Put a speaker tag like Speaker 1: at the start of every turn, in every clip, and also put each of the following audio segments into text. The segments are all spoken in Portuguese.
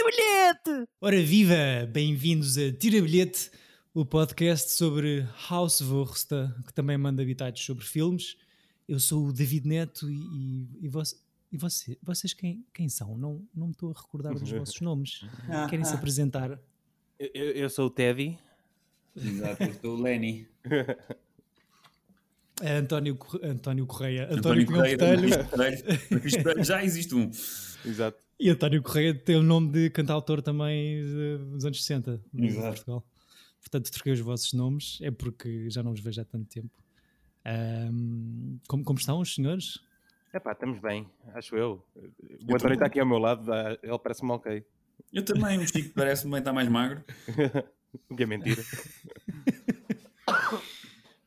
Speaker 1: bilhete!
Speaker 2: Ora viva! Bem-vindos a Tira Bilhete, o podcast sobre House Wursta, que também manda habitados sobre filmes. Eu sou o David Neto e, e, e, voce- e você- vocês quem, quem são? Não, não me estou a recordar dos vossos nomes. Querem se apresentar?
Speaker 3: Eu, eu- eu sou o Teddy.
Speaker 4: Exato, eu sou o Lenny.
Speaker 2: É António, Cor- António Correia. António,
Speaker 4: António
Speaker 2: Pinhão
Speaker 4: Correia.
Speaker 2: Botelho.
Speaker 4: Luís Pereira. Luís Pereira, Já existe um.
Speaker 3: Exato.
Speaker 2: E António Correia tem o nome de cantautor também eh, dos anos 60 em
Speaker 4: Exato.
Speaker 2: Portugal. Portanto, troquei os vossos nomes, é porque já não os vejo há tanto tempo. Ahm, como, como estão os senhores?
Speaker 3: Epá, estamos bem, acho eu. O
Speaker 4: Eu
Speaker 3: António
Speaker 4: também.
Speaker 3: está aqui ao meu lado, dá- ele parece-me ok.
Speaker 4: Eu também, o Chico parece-me bem estar mais magro.
Speaker 3: O que é mentira.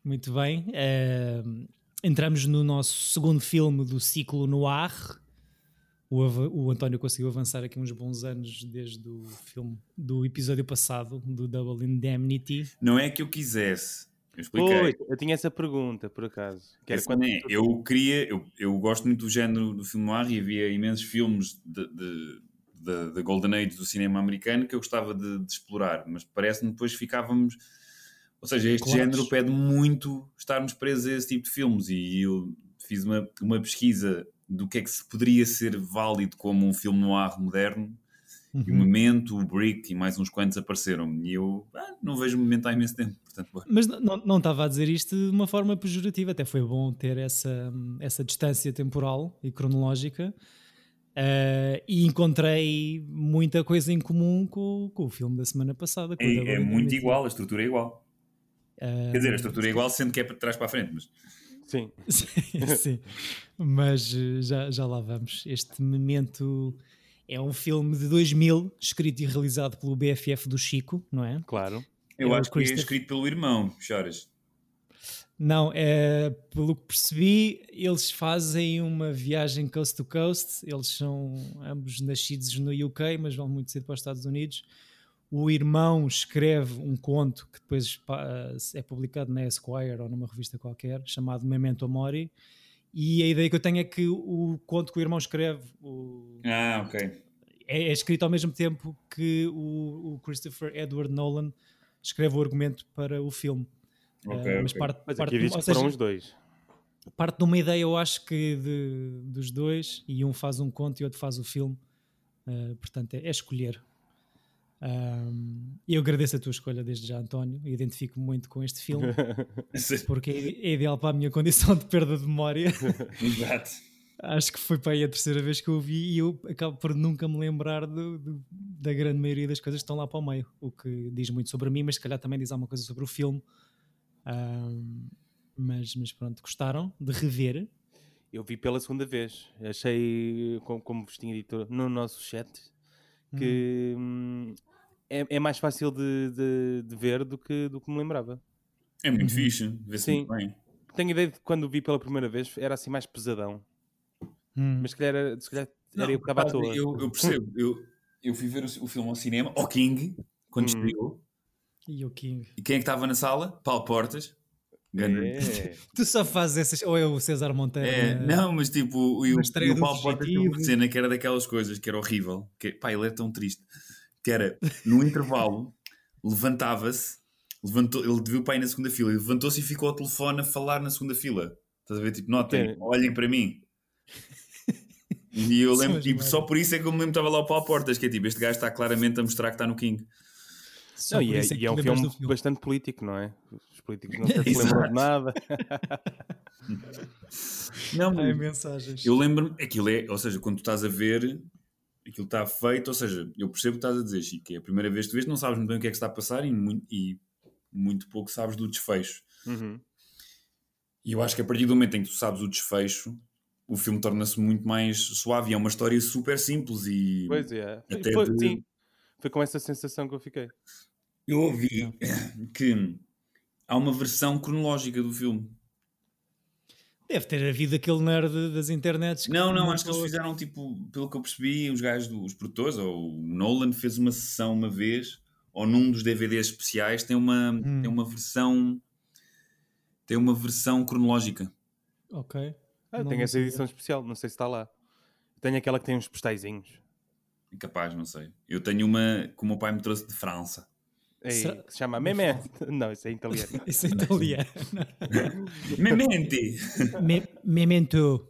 Speaker 2: Muito bem. Ahm, entramos no nosso segundo filme do ciclo Noir. O, Ava- o António conseguiu avançar aqui uns bons anos desde o filme do episódio passado, do Double Indemnity.
Speaker 4: Não é que eu quisesse. Eu expliquei.
Speaker 3: Pois, eu tinha essa pergunta, por acaso. Que era
Speaker 4: Esse
Speaker 3: quando-
Speaker 4: também é. Eu queria, eu, eu gosto muito do género do filme noir e havia imensos filmes de- de- da da Golden Age do cinema americano que eu gostava de, de explorar, mas parece-me depois ficávamos. Ou seja, este
Speaker 2: Colados.
Speaker 4: género pede muito estarmos presos a esse tipo de filmes e eu fiz uma, uma pesquisa do que é que se poderia ser válido como um filme noir moderno e o Memento, o Brick e mais uns quantos apareceram e eu ah, não vejo o Memento há imenso tempo, portanto, bora.
Speaker 2: Mas n- não não estava a dizer isto de uma forma pejorativa, até foi bom ter essa, essa distância temporal e cronológica. Ah, e encontrei muita coisa em comum com, com o filme da semana passada. com o Double
Speaker 4: É, é muito
Speaker 2: Indemnity.
Speaker 4: igual, a estrutura é igual.
Speaker 3: Ah,
Speaker 4: Quer dizer, a estrutura é igual, sendo que é para trás para a frente, mas
Speaker 3: Sim.
Speaker 2: sim, sim. mas eh, já, já lá vamos. Este momento é um filme de 2000, escrito e realizado pelo BFF do Chico, não é?
Speaker 3: Claro.
Speaker 4: eu
Speaker 2: É o
Speaker 4: acho que é
Speaker 2: Christopher.
Speaker 4: escrito pelo irmão, choras.
Speaker 2: Não, é, pelo que percebi, eles fazem uma viagem coast to coast. Eles são ambos nascidos no UK, mas vão muito cedo para os Estados Unidos. O irmão escreve um conto que depois pa- é publicado na Esquire ou numa revista qualquer, chamado Memento Mori. E a ideia que eu tenho é que o conto que o irmão escreve, o-
Speaker 4: Ah, ok.
Speaker 2: é, é escrito ao mesmo tempo que o, o Christopher Edward Nolan escreve o argumento para o filme.
Speaker 4: Ok,
Speaker 2: Eh, mas
Speaker 4: ok.
Speaker 2: parte,
Speaker 3: Mas
Speaker 2: parte
Speaker 3: aqui diz
Speaker 2: ou
Speaker 3: que
Speaker 2: seja,
Speaker 3: foram os dois.
Speaker 2: parte de uma ideia, eu acho que de- dos dois, e um faz um conto e outro faz o filme. Uh, portanto, é, é escolher. Um, eu agradeço a tua escolha desde já, António. Eu Identifico-me muito com este filme porque é é ideal para a minha condição de perda de memória.
Speaker 4: Exato.
Speaker 2: Acho que foi para aí a terceira vez que eu o vi e eu acabo por nunca me lembrar do- do- da grande maioria das coisas que estão lá para o meio, o que diz muito sobre mim, mas se calhar também diz alguma coisa sobre o filme. Ahm, mas, mas pronto, gostaram de rever?
Speaker 3: Eu vi pela segunda vez. Achei, como, como vos tinha dito no nosso chat, que
Speaker 4: Uhum.
Speaker 3: hum, é, é mais fácil de, de- de ver do que, do que me lembrava.
Speaker 4: É muito fixe, vê-se
Speaker 3: Uhum. Sim.
Speaker 4: muito bem.
Speaker 3: Tenho a ideia de que quando o vi pela primeira vez era assim mais pesadão.
Speaker 2: Hum.
Speaker 3: Mas se calhar, era- se calhar era eu que
Speaker 4: por
Speaker 3: estava à
Speaker 4: acaso,
Speaker 3: toa.
Speaker 4: eu, eu percebo, eu, eu fui ver o, o filme ao cinema, ao King, quando
Speaker 3: Hum.
Speaker 4: estreou.
Speaker 2: E o King?
Speaker 4: E quem é que estava na sala? Paulo Portas. Grande-
Speaker 3: É.
Speaker 2: Tu só fazes essas. Ou é o César Monteiro?
Speaker 4: É,
Speaker 2: né?
Speaker 4: não, mas tipo, o, e o,
Speaker 2: Na estreia
Speaker 4: e o
Speaker 2: do
Speaker 4: Paulo Portas teve uma
Speaker 2: Fugitivo.
Speaker 4: cena que era daquelas coisas que era horrível. Que, pá, ele era tão triste. Que era, no intervalo, levantava-se, levantou, ele viu o pai na segunda fila, e levantou-se e ficou ao telefone a falar na segunda fila. Estás a ver? Tipo, notem,
Speaker 3: Ok.
Speaker 4: olhem para mim. E eu
Speaker 2: Sim,
Speaker 4: lembro,
Speaker 2: mas
Speaker 4: tipo,
Speaker 2: não é.
Speaker 4: só por isso é que eu me lembro que estava lá o Paulo Portas, que é tipo, este gajo está claramente a mostrar que está no King.
Speaker 2: Só
Speaker 3: Não,
Speaker 2: por
Speaker 3: e é,
Speaker 2: isso é que
Speaker 3: e é
Speaker 2: te
Speaker 3: um
Speaker 2: lembras
Speaker 3: filme,
Speaker 2: do filme.
Speaker 3: bastante político, não é? Os políticos não se lembram
Speaker 4: Exato.
Speaker 3: de nada.
Speaker 4: Não,
Speaker 2: Ai, mensagens.
Speaker 4: Eu lembro-me, aquilo é, ou seja, quando tu estás a ver, aquilo está feito, ou seja, eu percebo o que estás a dizer, Chico, é a primeira vez que tu vês, não sabes muito bem o que é que está a passar e muito, e muito pouco sabes do desfecho.
Speaker 3: Uhum.
Speaker 4: E eu acho que a partir do momento em que tu sabes o desfecho, o filme torna-se muito mais suave e é uma história super simples e
Speaker 3: Pois é. Foi-
Speaker 4: Até
Speaker 3: foi,
Speaker 4: de-
Speaker 3: sim, foi com essa sensação que eu fiquei.
Speaker 4: eu ouvi que há uma versão cronológica do filme.
Speaker 2: Deve ter havido aquele nerd das internets. que
Speaker 4: Não, não, acho que eles
Speaker 2: montou-
Speaker 4: fizeram tipo, pelo que eu percebi, os gajos dos produtores, ou o Nolan fez uma sessão uma vez, ou num dos DVDs especiais, tem uma,
Speaker 2: Hum.
Speaker 4: tem uma versão tem uma versão cronológica.
Speaker 2: Ok.
Speaker 3: Ah,
Speaker 2: Não,
Speaker 3: eu tenho
Speaker 2: não
Speaker 3: essa
Speaker 2: sabia.
Speaker 3: edição especial, não sei se está lá. Tenho aquela que tem uns postaizinhos.
Speaker 4: É Capaz, não sei. Eu tenho uma que o meu pai me trouxe de França.
Speaker 3: É,
Speaker 2: Será-
Speaker 3: que se chama Memé. Não, isso é italiano.
Speaker 2: Isso é italiano.
Speaker 4: Mementi!
Speaker 2: Me- Memento.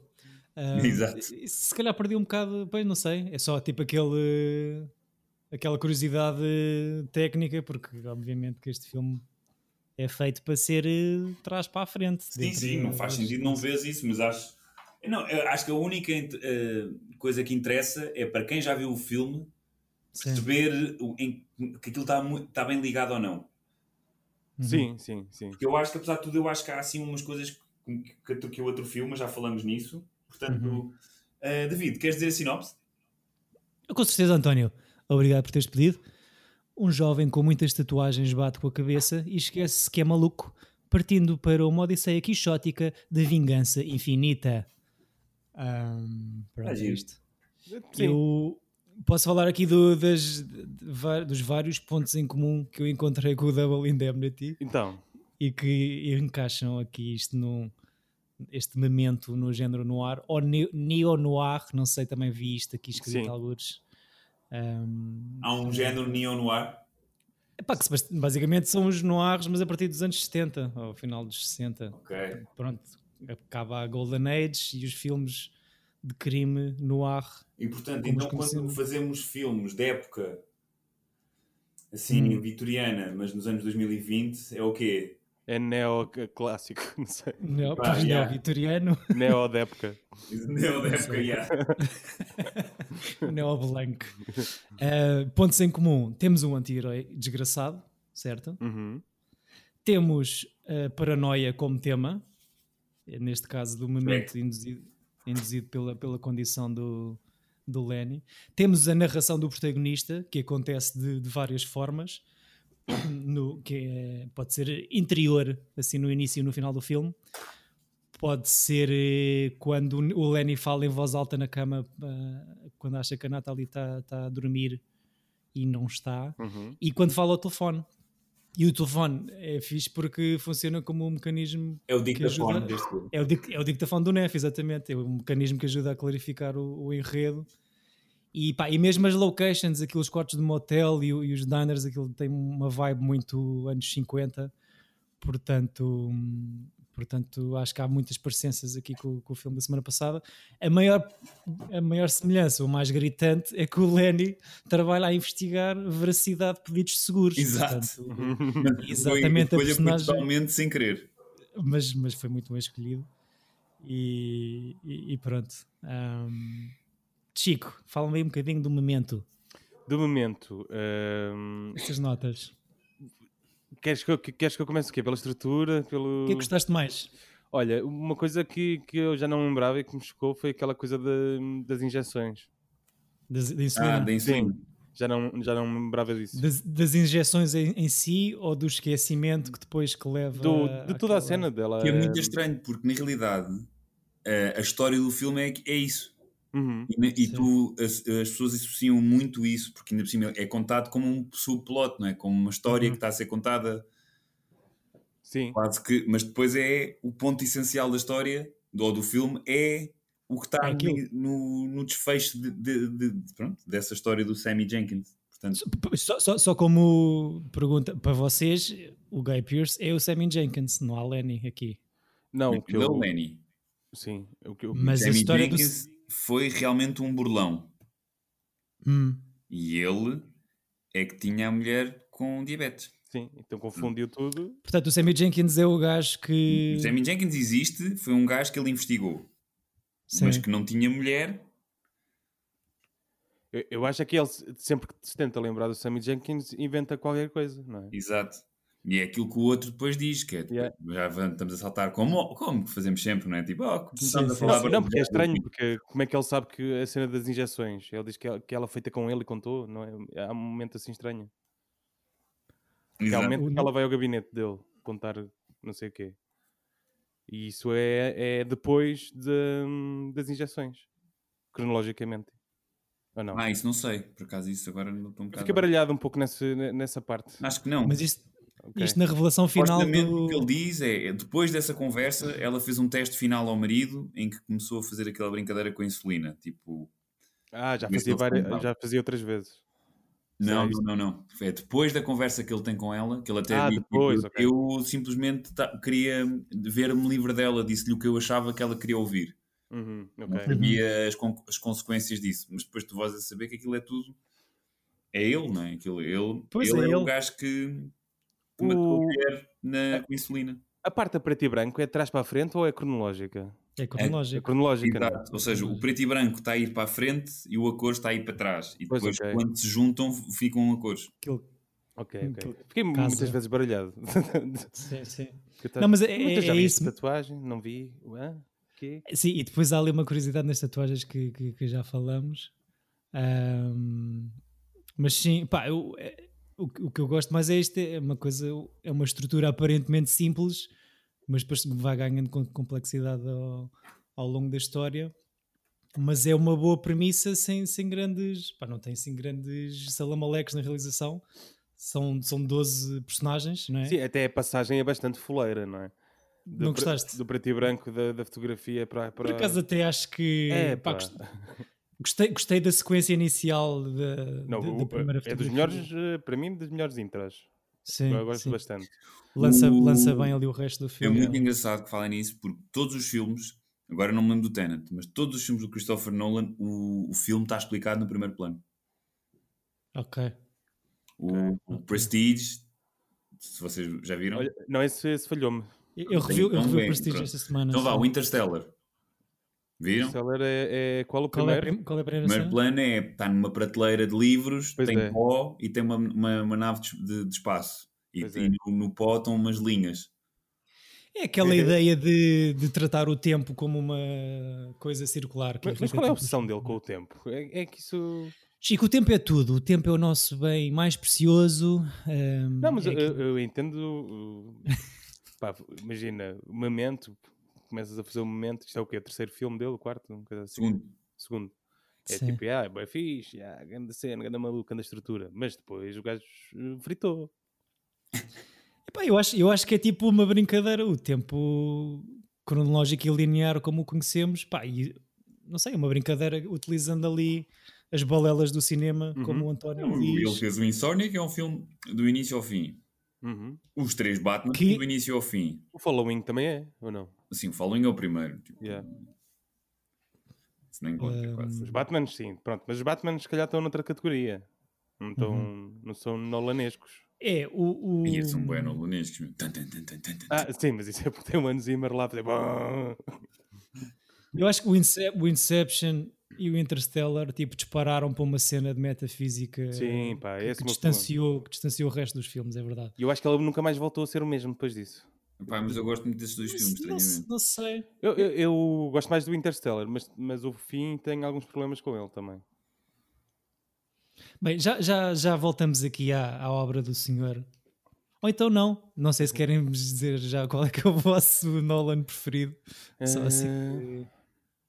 Speaker 2: Ah,
Speaker 4: Exato.
Speaker 2: Se calhar perdi um bocado, pois não sei. É só tipo aquele aquela curiosidade técnica, porque obviamente que este filme é feito para ser eh, trás para a frente.
Speaker 4: Sim,
Speaker 2: dentro um
Speaker 4: sim, não
Speaker 2: das-
Speaker 4: faz sentido não vês isso, mas acho. Não, eu acho que a única eh, coisa que interessa é para quem já viu o filme
Speaker 2: Sim.
Speaker 4: perceber o- em- que aquilo está mu- está bem ligado ou não.
Speaker 2: Uhum.
Speaker 3: Sim, sim, sim.
Speaker 4: Porque eu acho que, apesar de tudo, eu acho que há assim umas coisas que, que, que o outro filme, já falamos nisso. Portanto,
Speaker 2: Uhum.
Speaker 4: eh, David, queres dizer a sinopse?
Speaker 2: Com certeza, António. Obrigado por teres pedido. Um jovem com muitas tatuagens bate com a cabeça e esquece-se que é maluco, partindo para uma odisseia quixótica de vingança infinita. Ahm, pronto,
Speaker 4: É
Speaker 2: é
Speaker 4: giro.
Speaker 2: isto.
Speaker 3: Sim.
Speaker 2: Eu posso falar aqui do- das- de- de va- dos vários pontos em comum que eu encontrei com o Double Indemnity
Speaker 3: Então,
Speaker 2: e que encaixam aqui isto num este momento no género noir ou ne- neo-noir, não sei, também vi isto aqui escrito
Speaker 3: Sim.
Speaker 2: alguns.
Speaker 4: Há um género neo-noir.
Speaker 2: Epá, que se bas- basicamente são os noirs, mas a partir dos anos 70, ao final dos 60.
Speaker 4: Ok.
Speaker 2: Pronto, acaba a Golden Age e os filmes de crime noir.
Speaker 4: E portanto,
Speaker 2: Como
Speaker 4: então
Speaker 2: os conhecemos.
Speaker 4: quando fazemos filmes de época
Speaker 2: Hum.
Speaker 4: assim, vitoriana, mas nos anos 2020, é o quê?
Speaker 3: é neoclássico, não sei.
Speaker 2: Neo,
Speaker 4: Pá,
Speaker 2: pois
Speaker 4: yeah.
Speaker 2: neo-vitoriano,
Speaker 3: Neo da época.
Speaker 4: Não, da época, yeah.
Speaker 2: neo-blanco. Ah, pontos em comum: temos um anti-herói desgraçado, certo?
Speaker 3: Uhum.
Speaker 2: Temos ah, paranoia como tema, eh, neste caso do momento induzido, induzido pela, pela condição do, do Lenny. Temos a narração do protagonista, que acontece de, de várias formas, no, que é- pode ser interior, assim no início e no final do filme. Pode ser eh, quando o Lenny fala em voz alta na cama, ah, quando acha que a Natalie está tá a dormir e não está
Speaker 3: Uhum.
Speaker 2: e quando fala ao telefone. E o telefone é fixe porque funciona como um mecanismo.
Speaker 4: É o dictafone
Speaker 2: ajuda-
Speaker 4: deste filme.
Speaker 2: É o, dic- é o dictafone do NEF, exatamente. É um mecanismo que ajuda a clarificar o, o enredo. E, pá, e mesmo as locations, aqueles quartos de motel e, o- e os diners, aquilo tem uma vibe muito anos 50. Portanto, hum, portanto acho que há muitas parecenças aqui com, com o filme da semana passada. A maior, a maior semelhança, o mais gritante, é que o Lenny trabalha a investigar veracidade de pedidos de seguros.
Speaker 4: Exato.
Speaker 2: Portanto,
Speaker 4: Foi
Speaker 2: Exatamente, a
Speaker 4: escolha
Speaker 2: personagem-
Speaker 4: totalmente sem querer.
Speaker 2: mas, mas foi muito bem escolhido. E, e- e pronto. Ahm, Chico, fala-me aí um bocadinho do momento,
Speaker 3: Do momento, hum,
Speaker 2: essas notas.
Speaker 3: queres, que eu, que- queres que eu comece o quê? Pela estrutura? Pelo...
Speaker 2: O que é que gostaste mais?
Speaker 3: Olha, uma coisa que, que eu já não lembrava e que me chocou foi aquela coisa da- das injeções.
Speaker 2: Das, da
Speaker 4: Ah,
Speaker 2: insulina?
Speaker 4: da insulina.
Speaker 3: Já não, já não me lembrava disso.
Speaker 2: das, das injeções em, em si ou do esquecimento que depois que leva
Speaker 3: Do-
Speaker 2: a-
Speaker 3: de toda a
Speaker 2: àquela-
Speaker 3: cena dela.
Speaker 4: Que é
Speaker 3: eh,
Speaker 4: muito estranho, porque na realidade eh, a, a história do filme é, que- é isso.
Speaker 3: uhum,
Speaker 4: E, na- e
Speaker 2: Sim.
Speaker 4: tu, as, as pessoas associam muito isso, porque ainda por cima é contado como um subplot, não é? Como uma
Speaker 2: Uhum.
Speaker 4: história que está a ser contada
Speaker 3: Sim,
Speaker 4: Quase que, mas depois é o ponto essencial da história do, ou do filme é o que está
Speaker 2: É aquilo.
Speaker 4: no, no desfecho de- de- de- de- pronto, dessa história do Sammy Jenkins. Portanto,
Speaker 2: Só, só, só como pergunta para vocês, o Guy Pearce é o Sammy Jenkins, não há Lenny aqui.
Speaker 3: não, o que
Speaker 4: Bill
Speaker 3: eu,
Speaker 4: Lenny,
Speaker 3: sim, o que eu,
Speaker 2: Mas a
Speaker 4: Sammy
Speaker 2: história do.
Speaker 4: Jenkins foi realmente um burlão
Speaker 2: Hum,
Speaker 4: e ele é que tinha a mulher com diabetes.
Speaker 3: sim, então confundiu tudo.
Speaker 2: Portanto, o Sammy Jenkins é o gajo que.
Speaker 4: O Sammy Jenkins existe, foi um gajo que ele investigou,
Speaker 2: Sim.
Speaker 4: mas que não tinha mulher.
Speaker 3: Eu, eu acho é que ele se- sempre que se tenta lembrar do Sammy Jenkins inventa qualquer coisa, não é?
Speaker 4: Exato. E é aquilo que o outro depois diz, que é, tipo,
Speaker 3: Yeah.
Speaker 4: já van- estamos a saltar como, como que fazemos sempre, não é? Tipo, oh, começamos
Speaker 2: Sim,
Speaker 4: a
Speaker 2: sim.
Speaker 4: falar...
Speaker 3: Não, não, porque é estranho, porque como é que ele sabe que a cena das injeções? Ele diz que ela, que ela feita com ele e contou, não é? Há um momento assim estranho.
Speaker 4: Exato.
Speaker 3: Realmente
Speaker 2: O
Speaker 3: que
Speaker 2: nu-
Speaker 3: ela vai ao gabinete dele contar não sei o quê. E isso é, é depois de- das injeções, cronologicamente. Ou não?
Speaker 4: Ah, isso não sei. Por acaso, isso agora não estou um
Speaker 3: Fiquei
Speaker 4: bocado.
Speaker 3: baralhado um pouco nessa, nessa parte.
Speaker 4: Acho que não.
Speaker 2: Mas isto,
Speaker 3: Ok.
Speaker 2: isto na revelação final
Speaker 4: Supostamente
Speaker 2: do...
Speaker 4: o que ele diz é, é, depois dessa conversa, ela fez um teste final ao marido em que começou a fazer aquela brincadeira com a insulina. Tipo,
Speaker 3: Ah, já
Speaker 4: Mas
Speaker 3: fazia,
Speaker 4: ele
Speaker 3: várias-
Speaker 4: também.
Speaker 3: já fazia outras vezes.
Speaker 4: Não,
Speaker 3: Sério?
Speaker 4: não, não, não. É depois da conversa que ele tem com ela, que ele até
Speaker 3: Ah,
Speaker 4: admite,
Speaker 3: depois,
Speaker 4: eu,
Speaker 3: ok.
Speaker 4: eu simplesmente ta- queria ver-me livre dela, disse-lhe o que eu achava que ela queria ouvir.
Speaker 3: Uhum,
Speaker 4: Não
Speaker 3: ok.
Speaker 4: sabia as, con- as consequências disso, mas depois tu vais a saber que aquilo é tudo. É ele, não é? Aquilo, ele
Speaker 2: Pois
Speaker 4: ele
Speaker 2: é,
Speaker 4: é, o
Speaker 2: ele.
Speaker 4: gajo que, que
Speaker 3: O-
Speaker 4: matou a mulher na, com insulina.
Speaker 3: A parte a preto e branco é de trás para a frente ou é cronológica?
Speaker 2: É
Speaker 3: É
Speaker 2: cronológico.
Speaker 3: cronológica, não é?
Speaker 4: Exato. Ou seja, o preto e branco está a ir para a frente e o a cores está a ir para trás. E
Speaker 3: Pois,
Speaker 4: depois,
Speaker 3: ok.
Speaker 4: quando se juntam, ficam um a cores.
Speaker 2: Aquilo-
Speaker 3: Ok, ok.
Speaker 2: Aquilo-
Speaker 3: Fiquei
Speaker 2: casa.
Speaker 3: muitas vezes baralhado.
Speaker 2: É, Sim, sim.
Speaker 3: Que tá-
Speaker 2: Não, mas é,
Speaker 3: Muitas
Speaker 2: é,
Speaker 3: já
Speaker 2: é
Speaker 3: vi essa
Speaker 2: isso.
Speaker 3: tatuagem, não vi. Hã? Quê?
Speaker 2: Sim, e depois há ali uma curiosidade nas tatuagens que, que, que já falamos. Ahm, mas sim, pá, eu- é- o, que- o que eu gosto mais é isto, é uma coisa, é uma estrutura aparentemente simples, mas depois vai ganhando com- complexidade ao, ao longo da história. Mas é uma boa premissa sem, sem grandes, pá, não tem assim grandes salamaleques na realização. São, são 12 personagens, não é?
Speaker 3: Sim, até a passagem é bastante foleira, não é? Do
Speaker 2: Não
Speaker 3: pre-
Speaker 2: gostaste?
Speaker 3: Do preto e branco da, da fotografia para.
Speaker 2: Por acaso até acho que
Speaker 3: É,
Speaker 2: pá,
Speaker 3: pá.
Speaker 2: gost- Gostei, gostei da sequência inicial da,
Speaker 3: Não,
Speaker 2: da,
Speaker 3: o-
Speaker 2: da primeira
Speaker 3: é dos
Speaker 2: fotografia.
Speaker 3: melhores, eh, para mim, das melhores intras.
Speaker 2: Sim,
Speaker 3: eu gosto
Speaker 2: sim.
Speaker 3: bastante.
Speaker 2: Lança,
Speaker 4: O-
Speaker 2: lança bem ali o resto do
Speaker 4: É
Speaker 2: filme.
Speaker 4: muito engraçado que falem nisso, porque todos os filmes, agora não me lembro do Tenet, mas todos os filmes do Christopher Nolan, o, o filme está explicado no primeiro plano.
Speaker 2: Ok.
Speaker 4: O,
Speaker 3: Ok.
Speaker 4: o Prestige, se vocês já viram.
Speaker 3: Olha, não, esse, esse falhou-me.
Speaker 2: Eu, eu revi, eu
Speaker 4: Então
Speaker 2: revi o
Speaker 4: bem,
Speaker 2: Prestígio
Speaker 4: pronto.
Speaker 2: esta semana.
Speaker 4: Então vá,
Speaker 2: sim.
Speaker 4: o Interstellar. Viram? O
Speaker 3: Interstellar é, é qual o
Speaker 2: qual, é a
Speaker 3: primeiro?
Speaker 2: prim- qual é a primeira
Speaker 4: primeiro
Speaker 2: cena?
Speaker 4: plano é, está numa prateleira de livros,
Speaker 3: Pois
Speaker 4: tem
Speaker 3: é.
Speaker 4: pó e tem uma, uma, uma nave de, de- de espaço. E,
Speaker 3: Pois
Speaker 4: e
Speaker 3: é.
Speaker 4: no, no pó estão umas linhas.
Speaker 2: É aquela ideia de, de tratar o tempo como uma coisa circular. que
Speaker 3: Mas, mas qual é a
Speaker 2: irrita
Speaker 3: obsessão
Speaker 2: tudo.
Speaker 3: dele com o tempo? É, é que isso.
Speaker 2: Chico, o tempo é tudo. O tempo é o nosso bem mais precioso. ahm,
Speaker 3: Não, mas
Speaker 2: é
Speaker 3: eu,
Speaker 2: aquilo-
Speaker 3: eu entendo. uh, pá, imagina, o momento, começas a fazer o momento, isto é o quê? O terceiro filme dele, o quarto? Uma coisa assim.
Speaker 4: Segundo,
Speaker 3: Segundo. É
Speaker 2: Sim.
Speaker 3: tipo, ah, é bem fixe, ah, grande cena, grande maluca, grande estrutura. Mas depois o gajo uh, fritou.
Speaker 2: Epá, eu, acho, eu acho que é tipo uma brincadeira. O tempo cronológico e linear, como o conhecemos, pá, e, não sei, é uma brincadeira utilizando ali as balelas do cinema,
Speaker 3: Uhum.
Speaker 2: como o António
Speaker 4: ele
Speaker 2: diz.
Speaker 4: fez o Insomnia, que é um filme do início ao fim.
Speaker 3: Uhum.
Speaker 4: Os três Batman,
Speaker 2: Que-
Speaker 4: do início ao fim.
Speaker 3: O following também é, ou não?
Speaker 4: Assim, o Following é o primeiro. Tipo,
Speaker 3: Yeah.
Speaker 4: se não encontra,
Speaker 2: Um,
Speaker 4: quase.
Speaker 3: Os Batmans, sim, pronto. Mas os Batmans, se calhar, estão noutra categoria. Não, estão,
Speaker 2: Uhum.
Speaker 3: não são nolanescos.
Speaker 2: É, o. o
Speaker 4: E esse é um bueno lunesco. Tan, tan, tan, tan, tan, tan.
Speaker 3: Ah, sim, mas isso é porque tem um ano Zimmer lá a fazer. "Bum".
Speaker 2: eu acho que o, Incep- o Inception e o Interstellar tipo, dispararam para uma cena de metafísica
Speaker 3: Sim, pá,
Speaker 2: que,
Speaker 3: esse é o meu problema.
Speaker 2: distanciou, que distanciou o resto dos filmes, é verdade.
Speaker 3: E eu acho que ele nunca mais voltou a ser o mesmo depois disso.
Speaker 4: Pá, mas eu gosto muito desses dois filmes,
Speaker 2: não,
Speaker 4: estranhamente.
Speaker 2: não sei.
Speaker 3: Eu, eu- eu gosto mais do Interstellar, mas, mas o fim tem alguns problemas com ele também.
Speaker 2: Bem, já, já, já voltamos aqui à, à obra do senhor. Ou então não. Não sei se querem dizer já qual é que é o vosso Nolan preferido. Só assim.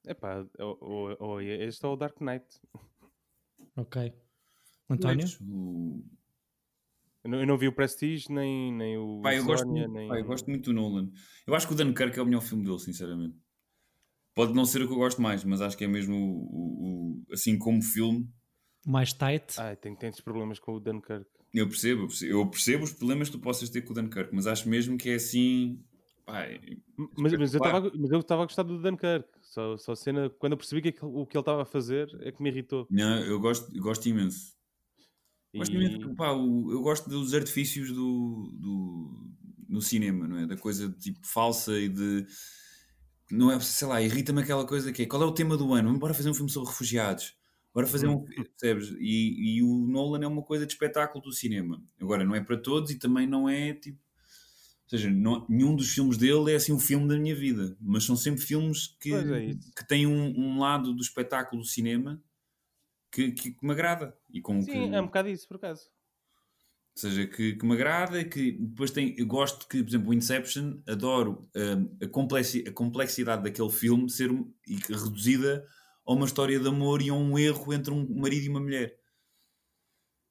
Speaker 3: É pá, ou, ou, ou este ou o Dark Knight.
Speaker 2: Ok. António?
Speaker 4: Pois, o-
Speaker 3: Eu não, eu não vi o Prestige, nem, nem o.
Speaker 4: Pá, eu gosto,
Speaker 3: Insônia,
Speaker 4: muito,
Speaker 3: nem...
Speaker 4: pá, eu gosto muito do Nolan. Eu acho que o Dunkirk é o melhor filme dele, sinceramente. Pode não ser o que eu gosto mais, mas acho que é mesmo o, o- o- assim como filme.
Speaker 2: Mais tight?
Speaker 3: Ai, tenho tantos problemas com o Dunkirk.
Speaker 4: Eu percebo, eu percebo, eu percebo os problemas que tu possas ter com o Dunkirk, mas acho mesmo que é assim. Pá, é-
Speaker 3: Mas, mas eu
Speaker 4: Espetacular.
Speaker 3: estava mas eu estava a gostar do Dunkirk. Só, só a cena, quando eu percebi que aquilo- o que ele estava a fazer é que me irritou.
Speaker 4: não, eu gosto, eu gosto imenso. Gosto
Speaker 3: E-
Speaker 4: imenso, pá, o- eu gosto dos artifícios do, do, no cinema, não é? Da coisa tipo falsa e de. Não é, sei lá, irrita-me aquela coisa que é qual é o tema do ano? Bora fazer um filme sobre refugiados. Bora fazer
Speaker 3: Uhum.
Speaker 4: um. Percebes? E, e o Nolan é uma coisa de espetáculo do cinema. Agora, não é para todos e também não é tipo. Ou seja, não- nenhum dos filmes dele é assim um filme da minha vida, mas são sempre filmes que,
Speaker 3: Pois é isso.
Speaker 4: que têm um, um lado do espetáculo do cinema que, que, que me agrada. E com
Speaker 3: Sim,
Speaker 4: que,
Speaker 3: é um bocado isso, por acaso.
Speaker 4: ou seja, que, que me agrada, que depois tem, eu gosto que, por exemplo, o Inception, adoro hum, a, complexi, a complexidade daquele filme ser um- e que reduzida a uma história de amor e a um erro entre um marido e uma mulher.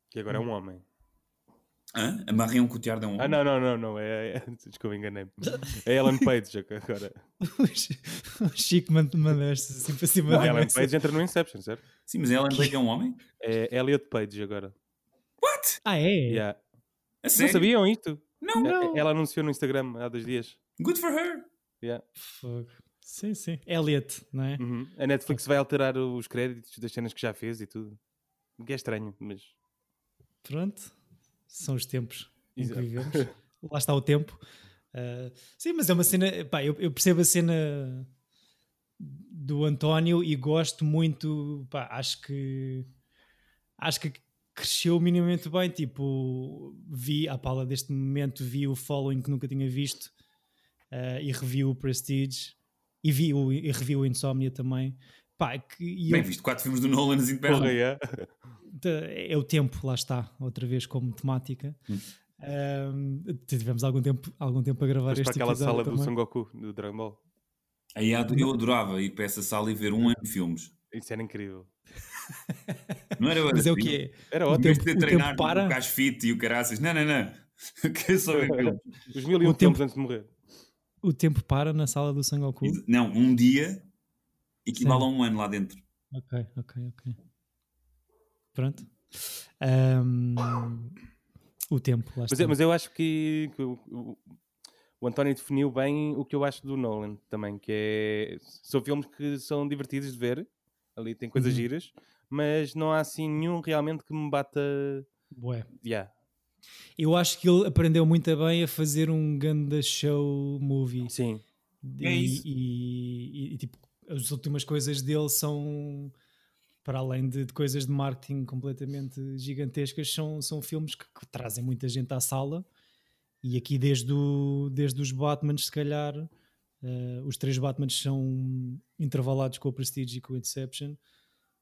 Speaker 3: Que agora é um homem.
Speaker 4: Hã? A Marion Cotillard é um homem?
Speaker 3: Ah, não, não, não, não. É, é, desculpa, enganei-me. É Ellen Page agora.
Speaker 2: O Chi- o Chico mand- mandaste assim para cima da
Speaker 4: é
Speaker 3: Ellen
Speaker 2: mesa.
Speaker 3: Page entra no Inception, certo?
Speaker 4: Sim, mas a Ellen Page é um homem?
Speaker 3: É Elliot Page agora.
Speaker 4: What?
Speaker 2: Ah, é?
Speaker 3: Yeah.
Speaker 4: A
Speaker 3: Não
Speaker 4: sério?
Speaker 3: sabiam isto?
Speaker 4: Não.
Speaker 3: É- Ela anunciou no Instagram há dois dias.
Speaker 4: Good for her.
Speaker 3: Yeah.
Speaker 2: Fogo. Sim, sim. Elliot, não é?
Speaker 3: Uhum. A Netflix vai alterar os créditos das cenas que já fez e tudo. O que é estranho, mas.
Speaker 2: Pronto. São os tempos em que
Speaker 3: Exato.
Speaker 2: vivemos. Lá está o tempo. Ah, sim, mas é uma cena. Pá, eu, eu percebo a cena do António e gosto muito. Pá, acho que. Acho que cresceu minimamente bem. Tipo, vi à pala deste momento, vi o following que nunca tinha visto ah, e revi o Prestige e, vi o, e revi o Insomnia também. Pá, que, e
Speaker 4: Bem
Speaker 2: eu-
Speaker 4: visto, quatro filmes do Nolan assim de
Speaker 3: Porra,
Speaker 4: perna.
Speaker 3: yeah.
Speaker 2: Te- é o tempo, lá está, outra vez como temática.
Speaker 4: Hum.
Speaker 2: Ahm, tivemos algum tempo, algum tempo a gravar
Speaker 3: Mas para
Speaker 2: este
Speaker 3: aquela
Speaker 2: episódio
Speaker 3: sala do
Speaker 2: também.
Speaker 3: Son Goku, do Dragon Ball.
Speaker 4: Aí ad- eu adorava ir para essa sala e ver um ano de filmes.
Speaker 3: Isso era incrível.
Speaker 4: Não era
Speaker 2: Mas é o
Speaker 4: assim?
Speaker 2: que é?
Speaker 3: Era
Speaker 4: Em
Speaker 3: ótimo.
Speaker 4: vez
Speaker 2: tempo-
Speaker 4: de
Speaker 2: o
Speaker 4: treinar
Speaker 2: tempo para?
Speaker 4: o gajo fit e o caraças. Não, não, não. Quero só ver filmes.
Speaker 3: Os mil e um
Speaker 2: O tempo-
Speaker 3: tempos antes de morrer. é?
Speaker 2: O tempo para na sala do Sangoku?
Speaker 4: Não, um dia equivale a um ano lá dentro.
Speaker 2: Ok, ok, ok. Pronto. Ahm, o tempo, lá
Speaker 3: Mas,
Speaker 2: está.
Speaker 3: eu- mas eu acho que, que o, o- o António definiu bem o que eu acho do Nolan também, que é são filmes que são divertidos de ver, ali tem coisas
Speaker 2: Uhum.
Speaker 3: giras, mas não há assim nenhum realmente que me bata. é-
Speaker 2: Bué.
Speaker 3: Yeah.
Speaker 2: Eu acho que ele aprendeu muito bem a fazer um ganda show movie.
Speaker 3: Sim.
Speaker 2: E,
Speaker 4: É isso.
Speaker 2: e- e, tipo, as últimas coisas dele são, para além de, de coisas de marketing completamente gigantescas, são, são filmes que, que trazem muita gente à sala. E aqui, desde, o, desde os Batmans, se calhar, eh, os três Batmans são intervalados com o Prestige e com o Inception.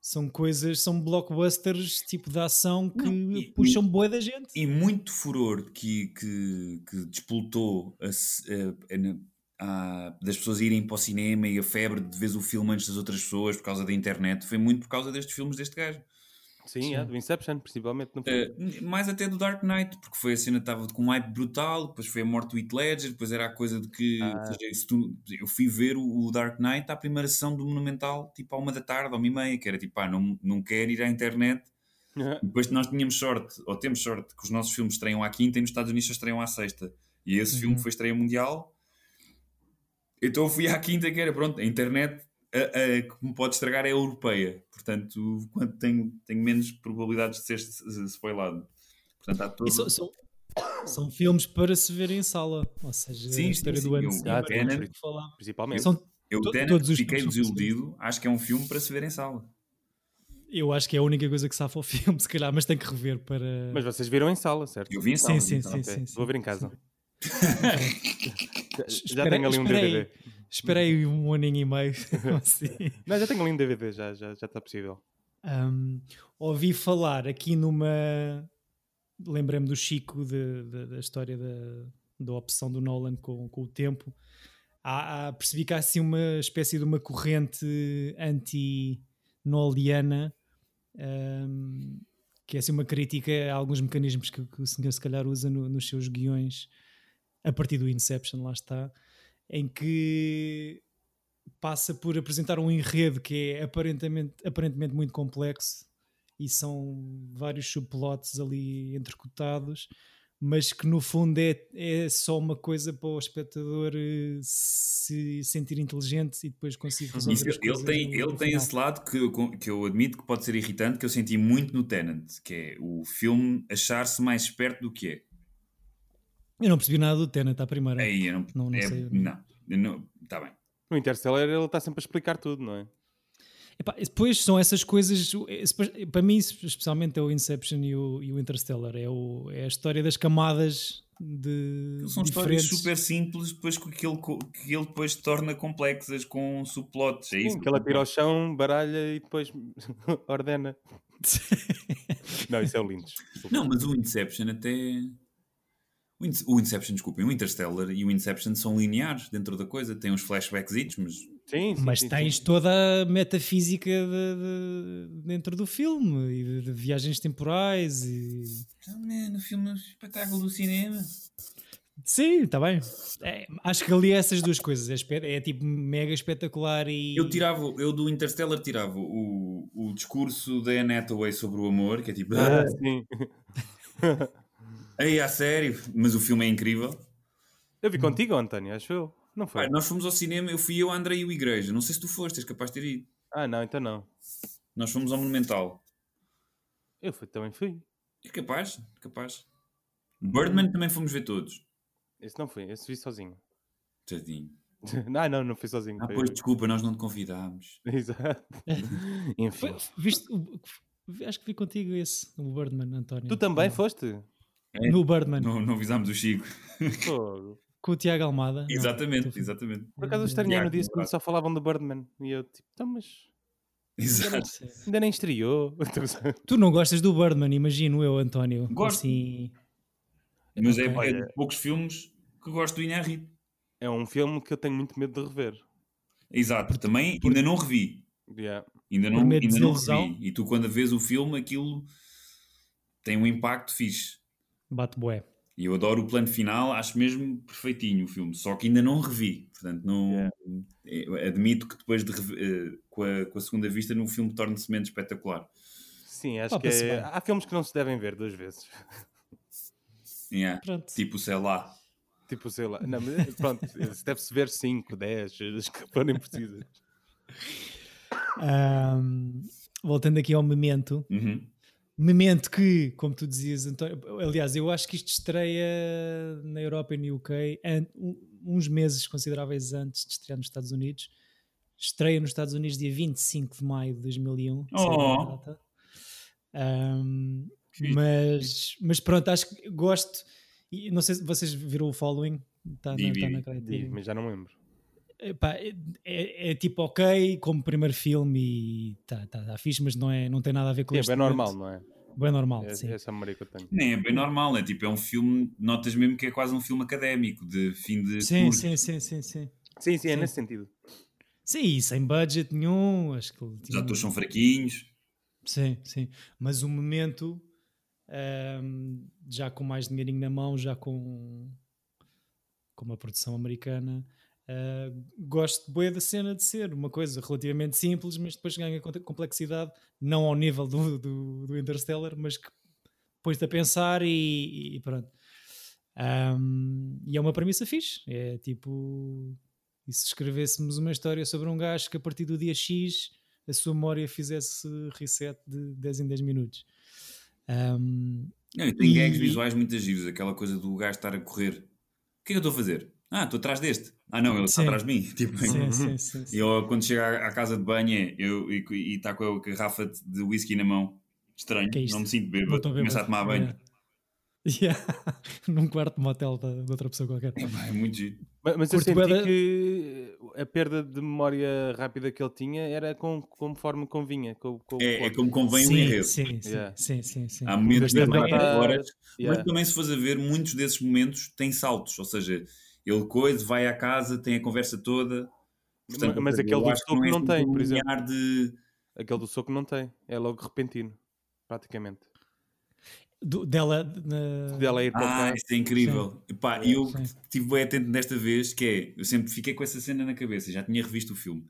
Speaker 2: São coisas, são blockbusters tipo de ação que
Speaker 4: Não, e-
Speaker 2: puxam boa da gente.
Speaker 4: E muito furor que, que, que despoltou a se- a- a- na- a- das pessoas irem para o cinema e a febre de ver o filme antes das outras pessoas por causa da internet foi muito por causa destes filmes deste gajo.
Speaker 3: Sim,
Speaker 2: Sim.
Speaker 3: é, do Inception, principalmente. Não foi?
Speaker 4: Eh, mais até do Dark Knight, porque foi a cena que estava com um hype brutal, depois foi a morte do Heath Ledger, depois era a coisa de que ou seja, se tu- eu fui ver o, o Dark Knight à primeira sessão do Monumental, tipo à uma da tarde, à uma e meia, que era tipo, ah, não, não quero ir à internet. Depois nós tínhamos sorte, ou temos sorte, que os nossos filmes estreiam à quinta e nos Estados Unidos só estreiam à sexta. E esse filme
Speaker 2: Uhum.
Speaker 4: foi estreia mundial. Então eu fui à quinta, que era pronto, a internet a, a- que me pode estragar é a europeia. Portanto, quanto tenho, tenho menos probabilidades de ser s- s- spoilado. Portanto, há todo...
Speaker 2: E são, são- são filmes para se ver em sala. Ou seja,
Speaker 4: Sim,
Speaker 2: a história
Speaker 4: sim, um
Speaker 2: do
Speaker 4: sim,
Speaker 2: Andy
Speaker 4: eu-
Speaker 2: Samberg,
Speaker 3: eu-
Speaker 2: era o que falava.
Speaker 3: Principalmente.
Speaker 2: São-
Speaker 4: eu
Speaker 2: to-
Speaker 4: Tenet,
Speaker 2: todos os
Speaker 4: fiquei
Speaker 2: filmes são
Speaker 4: desiludido. Acho que é um filme para se ver em sala.
Speaker 2: eu acho que é a única coisa que safa o filme, se calhar, mas tem que rever para.
Speaker 3: Mas vocês viram em sala, certo?
Speaker 4: Eu vi em sala.
Speaker 2: sim, sim,
Speaker 4: então.
Speaker 2: sim,
Speaker 3: Ok,
Speaker 2: sim, sim.
Speaker 3: Vou ver em casa. Já- já
Speaker 2: Espera-
Speaker 3: tenho ali um
Speaker 2: espera aí.
Speaker 3: DVD.
Speaker 2: Esperei um aninho e meio. assim.
Speaker 3: Não, já tenho ali um DVD, já já já está possível.
Speaker 2: Um, ouvi falar aqui numa. Lembrei-me do Chico, de- de- da história da, da opção do Nolan com, com o tempo. Há, há- percebi que há assim uma espécie de uma corrente anti-noliana, um, que é assim uma crítica a alguns mecanismos que, que o senhor se calhar usa no- nos seus guiões, a partir do Inception, lá está, em que passa por apresentar um enredo que é aparentemente, aparentemente muito complexo e são vários subplots ali entrecotados, mas que no fundo é, é só uma coisa para o espectador eh, se sentir inteligente e depois conseguir resolver
Speaker 4: Uhum. Isso,
Speaker 2: as
Speaker 4: ele
Speaker 2: coisas
Speaker 4: tem,
Speaker 2: no- no
Speaker 4: ele tem
Speaker 2: final.
Speaker 4: esse lado que, eu- que eu admito que pode ser irritante, que eu senti muito no Tenant, que é o filme achar-se mais esperto do que é.
Speaker 2: Eu não percebi nada do Tenet à primeira.
Speaker 4: Aí eu não,
Speaker 2: Não, não
Speaker 4: é-
Speaker 2: sei.
Speaker 4: não, eu não- tá bem.
Speaker 3: No Interstellar ele está sempre a explicar tudo, não é?
Speaker 2: Epá, depois são essas coisas, o- esse- para mim especialmente é o Inception e o, e o Interstellar, é, o- é a história das camadas de
Speaker 4: São histórias
Speaker 2: diferentes.
Speaker 4: super simples, depois que que ele, co- que ele depois torna complexas com subplotes. É isso
Speaker 3: Sim, que ela tira ao chão, baralha e depois ordena. Não, isso é o Lynch. desculpa.
Speaker 4: Não, mas o Inception até. O Ince- O Inception, desculpem, o Interstellar e o Inception são lineares dentro da coisa, tem uns flashbacks, mas
Speaker 3: Sim, sim,
Speaker 2: Mas
Speaker 3: sim,
Speaker 2: tens
Speaker 3: sim.
Speaker 2: toda a metafísica de- de- dentro do filme e de, de viagens temporais e.
Speaker 4: Ah, man, o filme é um espetáculo do cinema.
Speaker 2: Sim, está bem. É, acho que ali é essas duas coisas. É, espe- é tipo mega espetacular e.
Speaker 4: Eu tirava, eu do Interstellar tirava o, o discurso da Anne Hathaway sobre o amor, que é tipo,
Speaker 3: Ah, sim.
Speaker 4: "Ah, ei, a sério, mas o filme é incrível.
Speaker 3: Eu vi contigo, António, acho eu. Não foi?
Speaker 4: Pá, nós fomos ao cinema, eu fui eu, André e o Igreja. Não sei se tu foste, és capaz de ter ido.
Speaker 3: Ah, não, então não.
Speaker 4: Nós fomos ao Monumental.
Speaker 3: Eu fui- também fui.
Speaker 4: É capaz, capaz. Birdman também fomos ver todos.
Speaker 3: Esse não fui, esse vi sozinho.
Speaker 4: Tadinho.
Speaker 3: Ah, não, não fui sozinho.
Speaker 4: Ah,
Speaker 3: foi-
Speaker 4: pois, desculpa, nós não te convidámos.
Speaker 3: Exato. Enfim.
Speaker 2: Foi- Viste, o- acho que vi contigo esse, o Birdman, António.
Speaker 3: Tu também
Speaker 2: No-
Speaker 3: foste?
Speaker 4: É.
Speaker 2: No Birdman,
Speaker 4: Não, não avisámos o Chico.
Speaker 3: Fogo.
Speaker 2: com o Tiago Almada. Não,
Speaker 4: exatamente,
Speaker 2: tu-
Speaker 4: exatamente.
Speaker 3: Por acaso eu estranhei no dia seguinte só falavam do Birdman. E eu tipo, então, mas
Speaker 4: Exato.
Speaker 3: ainda nem estreou. Então,
Speaker 2: Tu não gostas do Birdman, imagino eu, António.
Speaker 4: Gosto.
Speaker 2: Assim,
Speaker 4: Mas é, é
Speaker 3: Olha.
Speaker 4: de poucos filmes que gosto do Inharrito.
Speaker 3: É um filme que eu tenho muito medo de rever.
Speaker 4: Exato, também ainda não revi.
Speaker 3: Yeah.
Speaker 4: Ainda não,
Speaker 2: Primeiro
Speaker 4: ainda não
Speaker 2: desilusão.
Speaker 4: vi. E tu, quando vês o filme, aquilo tem um impacto fixe.
Speaker 2: bate bué.
Speaker 4: E eu adoro o plano final, acho mesmo perfeitinho o filme, só que ainda não revi. Portanto, não eu admito que depois de reve- eh, com, a, com a segunda vista no filme torne-se menos espetacular.
Speaker 3: Sim, acho
Speaker 2: Pá,
Speaker 3: que
Speaker 2: passa
Speaker 3: é-
Speaker 2: bem.
Speaker 3: há filmes que não se devem ver duas vezes.
Speaker 4: Yeah.
Speaker 2: Pronto.
Speaker 4: Tipo, sei lá.
Speaker 3: Tipo, sei lá. Não, mas, pronto, se deve-se ver 5, 10, as que forem precisas.
Speaker 2: Ahm, voltando aqui ao Memento.
Speaker 4: Uhum.
Speaker 2: Memento que, como tu dizias, António. Aliás, eu acho que isto estreia na Europa e no UK an- um- uns meses consideráveis antes de estrear nos Estados Unidos. Estreia nos Estados Unidos dia 25 de maio de 2001. sei lá a
Speaker 4: Oh.
Speaker 2: data. Ahm,
Speaker 4: Fixe.
Speaker 2: mas, mas pronto, acho que gosto. E não sei se vocês viram o following. Está
Speaker 4: Vi,
Speaker 2: na,
Speaker 4: vi,
Speaker 2: tá na
Speaker 4: vi.
Speaker 2: Criterion.
Speaker 3: Mas já não me lembro.
Speaker 2: Epá, é, é- é tipo ok como primeiro filme e tá, tá, tá fixe, mas não, é, não tem nada a ver com
Speaker 3: Sim,
Speaker 2: este
Speaker 3: é bem
Speaker 2: momento.
Speaker 3: normal, não é?
Speaker 2: Bem normal,
Speaker 3: É,
Speaker 2: sim.
Speaker 3: é essa memória que eu tenho.
Speaker 4: Nem é bem normal, é tipo, é um filme, notas mesmo que é quase um filme académico, de fim de.
Speaker 2: Sim,
Speaker 4: curso.
Speaker 2: sim, sim, sim, sim.
Speaker 3: Sim, sim, é
Speaker 2: Sim.
Speaker 3: nesse sentido.
Speaker 2: Sim, e sem budget nenhum, acho que ele
Speaker 4: Os
Speaker 2: tinha-
Speaker 4: atores são fraquinhos.
Speaker 2: Sim, sim. Mas o momento, ahm, já com mais dinheirinho na mão, já com, com uma produção americana, ah, gosto bem da cena de ser uma coisa relativamente simples, mas depois ganha conte- complexidade, não ao nível do, do, do Interstellar, mas que põe-te a pensar e, e pronto. Ahm, e é uma premissa fixe. É tipo. E se escrevêssemos uma história sobre um gajo que a partir do dia X a sua memória fizesse reset de 10 em 10 minutos. Ahm,
Speaker 4: Não, e tem
Speaker 2: E-
Speaker 4: gags visuais muito giros, aquela coisa do gajo estar a correr. O que é que eu estou a fazer? Ah, estou atrás deste. Ah, não, ele está
Speaker 2: Sim.
Speaker 4: atrás de mim. Tipo,
Speaker 2: sim, sim, sim, sim.
Speaker 4: e eu, quando chego à, à casa de banho é, eu, e e está com a garrafa de- de whisky na mão. Estranho,
Speaker 2: Que é isto?
Speaker 4: não me sinto
Speaker 2: Não
Speaker 4: bêbado.
Speaker 2: estou
Speaker 4: Começa a
Speaker 2: bêbado. É.
Speaker 4: tomar banho.
Speaker 2: Yeah. Yeah. Num quarto de motel da- de outra pessoa qualquer.
Speaker 4: É, pá, é muito giro.
Speaker 3: Mas, mas eu
Speaker 2: Curto
Speaker 3: senti
Speaker 2: bué da-
Speaker 3: que eh, a perda de memória rápida que ele tinha era com, conforme convinha. Com, com o
Speaker 4: É, é
Speaker 3: plot.
Speaker 4: como convém um
Speaker 2: sim,
Speaker 4: enredo.
Speaker 2: sim, sim,
Speaker 3: Yeah.
Speaker 2: sim, sim, sim.
Speaker 4: Há
Speaker 3: Mas
Speaker 4: momentos na
Speaker 3: não
Speaker 4: manhã,
Speaker 3: tá-
Speaker 4: horas.
Speaker 3: Yeah.
Speaker 4: Mas também, se fores a ver, muitos desses momentos têm saltos. Ou seja, ele coisa, vai à casa, tem a conversa toda.
Speaker 3: Ma- mas aquele tipo
Speaker 4: eu
Speaker 3: do
Speaker 4: acho que
Speaker 3: soco
Speaker 4: é
Speaker 3: não
Speaker 4: assim
Speaker 3: tem,
Speaker 4: um
Speaker 3: por exemplo.
Speaker 4: linear De...
Speaker 3: Aquele do soco não tem. É logo repentino, praticamente.
Speaker 2: Do- dela. na-
Speaker 3: Dela ir para o
Speaker 4: Ah,
Speaker 3: carro.
Speaker 4: isso é incrível. Epá,
Speaker 3: É,
Speaker 4: eu
Speaker 2: sim.
Speaker 4: estive bem atento desta vez, que é, eu sempre fiquei com essa cena na cabeça, já tinha revisto o filme,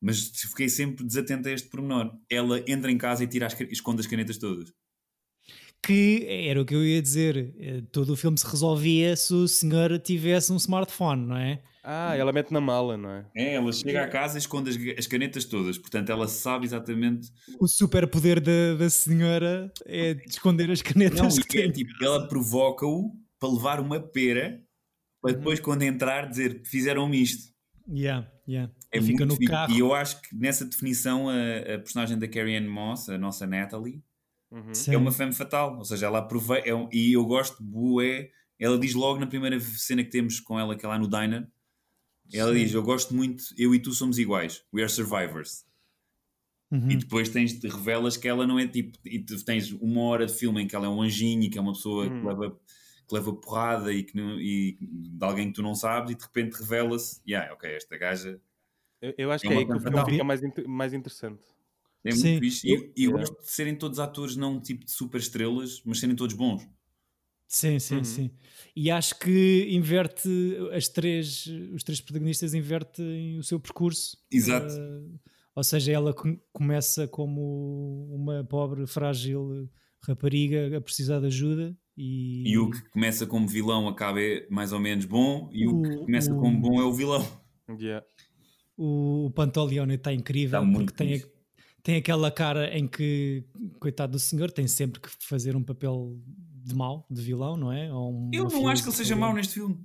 Speaker 4: mas fiquei sempre desatento a este pormenor. Ela entra em casa e tira as, ca- esconde as canetas todas.
Speaker 2: Que era o que eu ia dizer. eh, Todo o filme se resolvia se o senhor tivesse um smartphone, não é?
Speaker 3: Ah, ela mete na mala, não é?
Speaker 4: É, ela chega à casa e esconde as, as canetas todas, portanto ela sabe exatamente.
Speaker 2: O superpoder da, da senhora é de esconder Então, as canetas
Speaker 4: Não,
Speaker 2: que
Speaker 4: e é,
Speaker 2: tem.
Speaker 4: tipo, ela provoca-o para levar uma pera, para
Speaker 2: Uhum.
Speaker 4: depois, quando entrar, dizer fizeram-me isto.
Speaker 2: Yeah, yeah.
Speaker 4: É
Speaker 2: e fica
Speaker 4: muito
Speaker 2: no
Speaker 4: fixe.
Speaker 2: carro.
Speaker 4: E eu acho que nessa definição, a, a personagem da Carrie Ann Moss, a nossa Natalie.
Speaker 3: Uhum.
Speaker 2: Sim.
Speaker 4: é uma femme fatal, ou seja, ela aproveita, é um- e eu gosto, bué, ela diz logo na primeira cena que temos com ela, que é lá no diner, ela
Speaker 2: Sim.
Speaker 4: diz, eu gosto muito, eu e tu somos iguais, we are survivors,
Speaker 2: Uhum.
Speaker 4: e depois tens, de- revelas que ela não é tipo, e tu tens uma hora de filme em que ela é um anjinho, e que é uma pessoa
Speaker 3: Hum.
Speaker 4: que, leva, que leva porrada e, que não- e de alguém que tu não sabes, e de repente revela-se, yeah, ok, esta gaja
Speaker 3: Eu, eu acho
Speaker 4: É
Speaker 3: que é
Speaker 4: uma
Speaker 3: aí que o
Speaker 4: coisa-
Speaker 3: filme
Speaker 2: Não.
Speaker 3: fica mais, inter- mais interessante.
Speaker 4: É
Speaker 2: Sim.
Speaker 4: muito fixe. E, e eu
Speaker 3: Yeah.
Speaker 4: gosto de serem todos atores, não tipo de super estrelas, mas serem todos bons.
Speaker 2: Sim, sim,
Speaker 3: Uhum.
Speaker 2: sim. E acho que inverte as três, os três protagonistas invertem o seu percurso.
Speaker 4: Exato.
Speaker 2: Eh, ou seja, ela com- começa como uma pobre, frágil rapariga a precisar de ajuda e,
Speaker 4: E o que começa como vilão acaba é mais ou menos bom, e o, que
Speaker 2: O-
Speaker 4: começa
Speaker 2: o-
Speaker 4: como bom é o vilão.
Speaker 3: Yeah.
Speaker 2: o, o Pantaleone está incrível
Speaker 4: Está muito
Speaker 2: porque tem, a-
Speaker 4: fixe.
Speaker 2: tem aquela cara em que, coitado do senhor, tem sempre que fazer um papel de mau, de vilão, não é? Ou um
Speaker 4: Eu não acho que
Speaker 2: mafioso,
Speaker 4: ele seja
Speaker 2: ou-
Speaker 4: mau neste filme.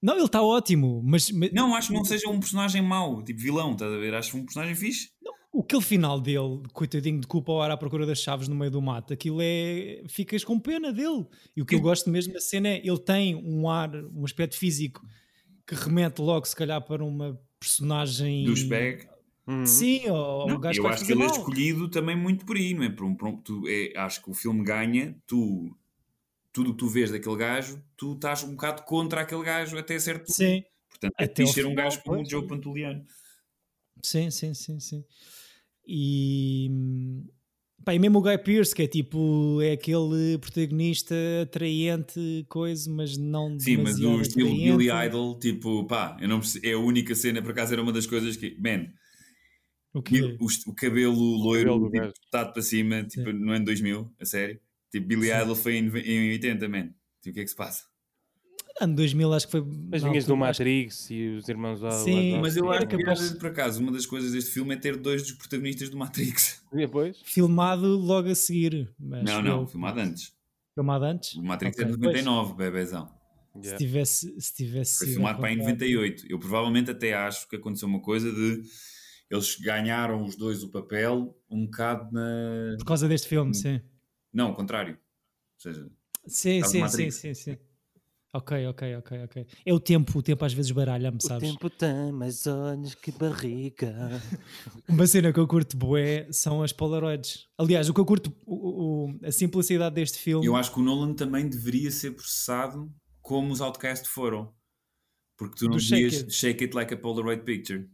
Speaker 2: Não, ele está ótimo, mas, mas-
Speaker 4: Não, acho que
Speaker 2: Hum.
Speaker 4: não seja um personagem mau, tipo vilão, estás a ver? Acho um personagem fixe.
Speaker 2: O que final dele, coitadinho de culpa ao ar à procura das chaves no meio do mato, aquilo é. ficas com pena dele. E o que eu
Speaker 4: Sim.
Speaker 2: gosto mesmo da cena é ele tem um ar, um aspecto físico que remete logo, se calhar, para uma personagem.
Speaker 4: Do Spag.
Speaker 3: Uhum.
Speaker 2: Sim, ou
Speaker 4: Não,
Speaker 2: um gajo
Speaker 4: eu
Speaker 2: que vai
Speaker 4: acho que
Speaker 2: fazer
Speaker 4: ele é
Speaker 2: mal.
Speaker 4: escolhido também muito por aí, não é? Por um, por um- tu, é, acho que o filme ganha, tu tudo o que tu vês daquele gajo, tu estás um bocado contra aquele gajo até certo ponto.
Speaker 2: Sim,
Speaker 4: Portanto, é
Speaker 2: Até ao
Speaker 4: fixe ser um
Speaker 2: final,
Speaker 4: gajo como o
Speaker 2: pois.
Speaker 4: Joe Pantoliano.
Speaker 2: sim, sim, sim. sim. E. Pá, e mesmo o Guy Pearce, que é tipo. é aquele protagonista atraente, coisa, mas não.
Speaker 4: Sim, mas o
Speaker 2: demasiado
Speaker 4: estilo
Speaker 2: atraente.
Speaker 4: Billy Idol, tipo, pá, eu não perce- é a única cena, por acaso era uma das coisas que, man,
Speaker 2: O quê?
Speaker 4: o, o cabelo loiro
Speaker 3: cabelo do
Speaker 4: tipo,
Speaker 3: gajo.
Speaker 4: estado para cima, tipo, no ano 2000, a sério. Tipo, Billy
Speaker 2: Sim.
Speaker 4: Idol foi em, nove- em 80, man. Tipo, o que é que se passa?
Speaker 2: Ano 2000, acho que foi.
Speaker 3: As
Speaker 2: na
Speaker 3: vinhas do
Speaker 2: altura, acho
Speaker 3: Matrix e os irmãos lá.
Speaker 2: Sim,
Speaker 4: Mas eu
Speaker 2: Era
Speaker 4: acho que,
Speaker 2: capaz-
Speaker 4: por acaso, uma das coisas deste filme é ter dois dos protagonistas do Matrix.
Speaker 3: Depois?
Speaker 2: filmado logo a seguir. mas
Speaker 4: Não,
Speaker 2: eu-
Speaker 4: não, filmado antes.
Speaker 2: Filmado antes?
Speaker 4: O Matrix é
Speaker 2: Ok,
Speaker 4: de
Speaker 2: pois,
Speaker 4: 99, bebezão.
Speaker 2: Se
Speaker 3: Yeah.
Speaker 2: tivesse. Se tivesse
Speaker 4: Foi
Speaker 2: sido
Speaker 4: filmado
Speaker 2: ao
Speaker 4: para em
Speaker 2: contrário.
Speaker 4: 98. Eu provavelmente até acho que aconteceu uma coisa de eles ganharam os dois o papel um bocado na.
Speaker 2: Por causa deste
Speaker 4: Hum.
Speaker 2: filme, sim.
Speaker 4: Não, ao contrário. Ou seja,
Speaker 2: Sim,
Speaker 4: Estava
Speaker 2: sim, sim,
Speaker 4: Matrix.
Speaker 2: sim, sim. Ok, ok, ok, ok. É o tempo, o tempo às vezes baralha-me, sabes?
Speaker 3: tem mais olhos que barriga.
Speaker 2: Uma cena que eu curto bué são as Polaroids. Aliás, o que eu curto, o- o- a simplicidade deste filme.
Speaker 4: eu acho que o Nolan também deveria ser processado como os Outcast foram. Porque tu não
Speaker 2: Do Shake
Speaker 4: devias
Speaker 2: It.
Speaker 4: shake it like a Polaroid picture.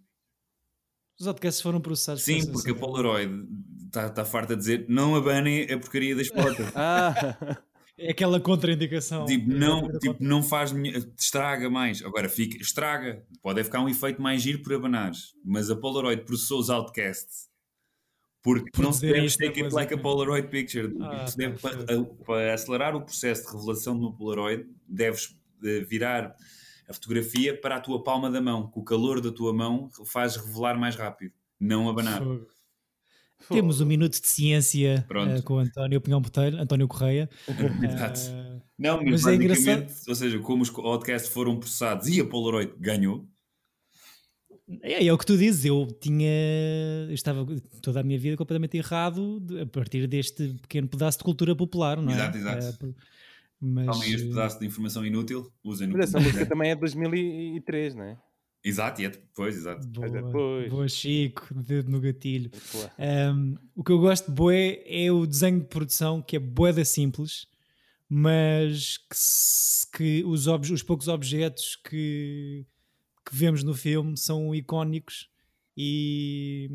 Speaker 2: Os podcasts foram processados. por
Speaker 4: Sim,
Speaker 2: essa
Speaker 4: porque a
Speaker 2: cena.
Speaker 4: Polaroid está tá farta de dizer não abanem a porcaria das fotos.
Speaker 3: Ah,
Speaker 2: É aquela contraindicação. é
Speaker 4: Tipo, não, tipo, não faz minha- estraga mais. Agora fica, estraga. Pode é ficar um efeito mais giro por abanares. Mas a Polaroid processou os outcasts porque
Speaker 2: Por
Speaker 4: não se
Speaker 2: dizer
Speaker 4: deve
Speaker 2: isto, é
Speaker 4: take
Speaker 2: mas
Speaker 4: it like a
Speaker 2: ok.
Speaker 4: Polaroid picture.
Speaker 2: Ah,
Speaker 4: Se deve,
Speaker 2: tá,
Speaker 4: para,
Speaker 2: foi.
Speaker 4: a- para acelerar o processo de revelação de uma Polaroid, deves eh, virar a fotografia para a tua palma da mão, que o calor da tua mão faz revelar mais rápido, não abanar.
Speaker 2: Fogo. Temos um minuto de ciência
Speaker 4: Pronto.
Speaker 2: eh, com o António Pinhão Botelho, António Correia.
Speaker 4: Exato.
Speaker 2: Eh,
Speaker 4: Não, mas,
Speaker 2: Mas é
Speaker 4: basicamente,
Speaker 2: engraçado-
Speaker 4: ou seja, como os podcasts foram processados e a Polaroid ganhou,
Speaker 2: é, é o que tu dizes, eu tinha. Eu estava toda a minha vida completamente errado de- a partir deste pequeno pedaço de cultura popular, não é?
Speaker 4: Exato, exato.
Speaker 2: Eh, por- mas.
Speaker 4: Tomem este pedaço de informação inútil, usem-no.
Speaker 3: mas essa
Speaker 4: como
Speaker 3: música
Speaker 4: quiserem.
Speaker 3: também é de 2003, não é?
Speaker 4: Exato, e é depois, exato.
Speaker 2: Boa,
Speaker 3: depois.
Speaker 2: boa, Chico, dedo no gatilho.
Speaker 3: Claro.
Speaker 2: Um, o que eu gosto de boé é o desenho de produção que é boeda simples, mas que, se- que os, obje- os poucos objetos que, que vemos no filme são icónicos e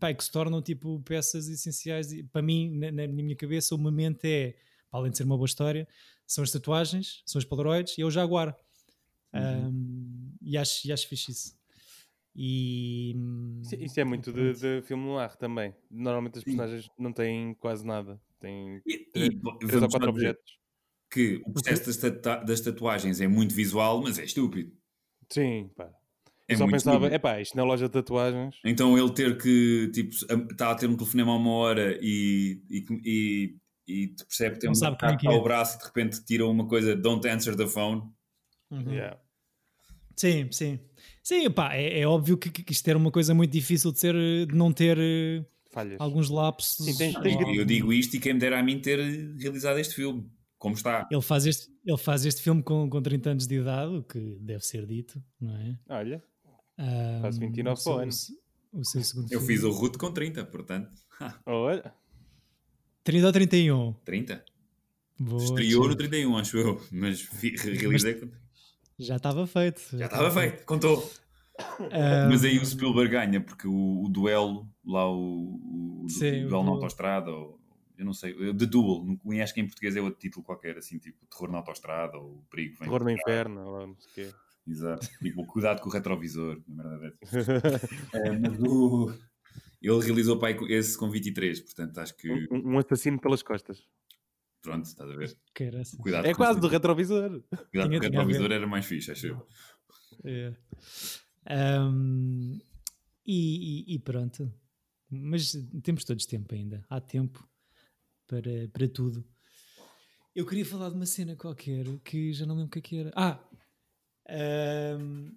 Speaker 2: pá, e que se tornam tipo peças essenciais E, para mim, na, na minha cabeça, o momento é, para além de ser uma boa história, são as tatuagens, são os polaroids e é o Jaguar.
Speaker 4: Uhum.
Speaker 2: Um, e, acho, e acho fixe isso. E hum,
Speaker 3: Isso, isso é muito de, de filme no ar também. Normalmente as personagens não têm quase nada. Têm
Speaker 4: E, e
Speaker 3: Três-
Speaker 4: vamos
Speaker 3: três
Speaker 4: só
Speaker 3: ou quatro
Speaker 4: dizer
Speaker 3: objetos.
Speaker 4: que o processo das, tata- das tatuagens é muito visual, mas é estúpido.
Speaker 3: Sim, pá.
Speaker 4: É
Speaker 3: Eu só
Speaker 4: muito
Speaker 3: pensava,
Speaker 4: estúpido.
Speaker 3: é pá, isto na loja de tatuagens.
Speaker 4: Então ele ter que, tipo, está a ter um telefonema a uma hora e, e, e, e te percebe que tem
Speaker 2: Não
Speaker 4: um
Speaker 2: sabe como é que
Speaker 4: ao
Speaker 2: é.
Speaker 4: braço e de repente tira uma coisa, don't answer the phone.
Speaker 2: Uhum.
Speaker 3: Yeah.
Speaker 2: Sim, sim. Sim, pá, é, é óbvio que, que isto era uma coisa muito difícil de ser, eh, de não ter eh,
Speaker 3: Falhas.
Speaker 2: alguns lapsos.
Speaker 3: Sim, tens-
Speaker 2: ou
Speaker 3: tens-
Speaker 2: algo.
Speaker 4: Eu digo isto e quem me dera a mim ter realizado este filme. Como está?
Speaker 2: Ele faz este, ele faz este filme com, com 30 anos de idade, o que deve ser dito, não é?
Speaker 3: Olha,
Speaker 2: Ah,
Speaker 3: Faz 29
Speaker 2: o seu-
Speaker 3: para o ano.
Speaker 2: O seu segundo
Speaker 4: Eu
Speaker 2: filme.
Speaker 4: fiz o Ruth com 30, portanto,
Speaker 3: olha.
Speaker 2: 30 ou 31?
Speaker 4: 30.
Speaker 2: Boa,
Speaker 4: Estreou no
Speaker 2: Chico.
Speaker 4: 31, acho eu, mas fi- realizei com
Speaker 2: Já estava feito.
Speaker 4: Já estava feito, contou. Mas aí o Spielberg ganha, porque o, o duelo, lá o, o,
Speaker 2: Sim,
Speaker 4: o
Speaker 2: o
Speaker 4: duelo na
Speaker 2: duelo.
Speaker 4: autostrada, ou, eu não sei, The Duel, não- acho que em português é outro título qualquer, assim, tipo Terror na Autostrada, ou O Perigo Vem.
Speaker 3: Terror no Inferno, ou não sei o quê.
Speaker 4: Exato. Tipo, cuidado com o retrovisor, na verdade. É, mas o- Ele realizou pai, esse com 23, portanto acho que.
Speaker 3: Um, um assassino pelas costas.
Speaker 4: Pronto, estás a ver?
Speaker 2: Caraças.
Speaker 4: Cuidado
Speaker 3: É
Speaker 4: com
Speaker 3: quase
Speaker 4: o-
Speaker 3: do retrovisor.
Speaker 4: Cuidado
Speaker 2: Tinha-
Speaker 4: com
Speaker 2: tinha a
Speaker 4: o
Speaker 2: ver.
Speaker 4: retrovisor era mais fixe, acho eu.
Speaker 2: É. Ahm, e, e- e pronto. Mas temos todos tempo ainda. Há tempo para, para tudo. Eu queria falar de uma cena qualquer que já não lembro o que é que era. Ah! ahm,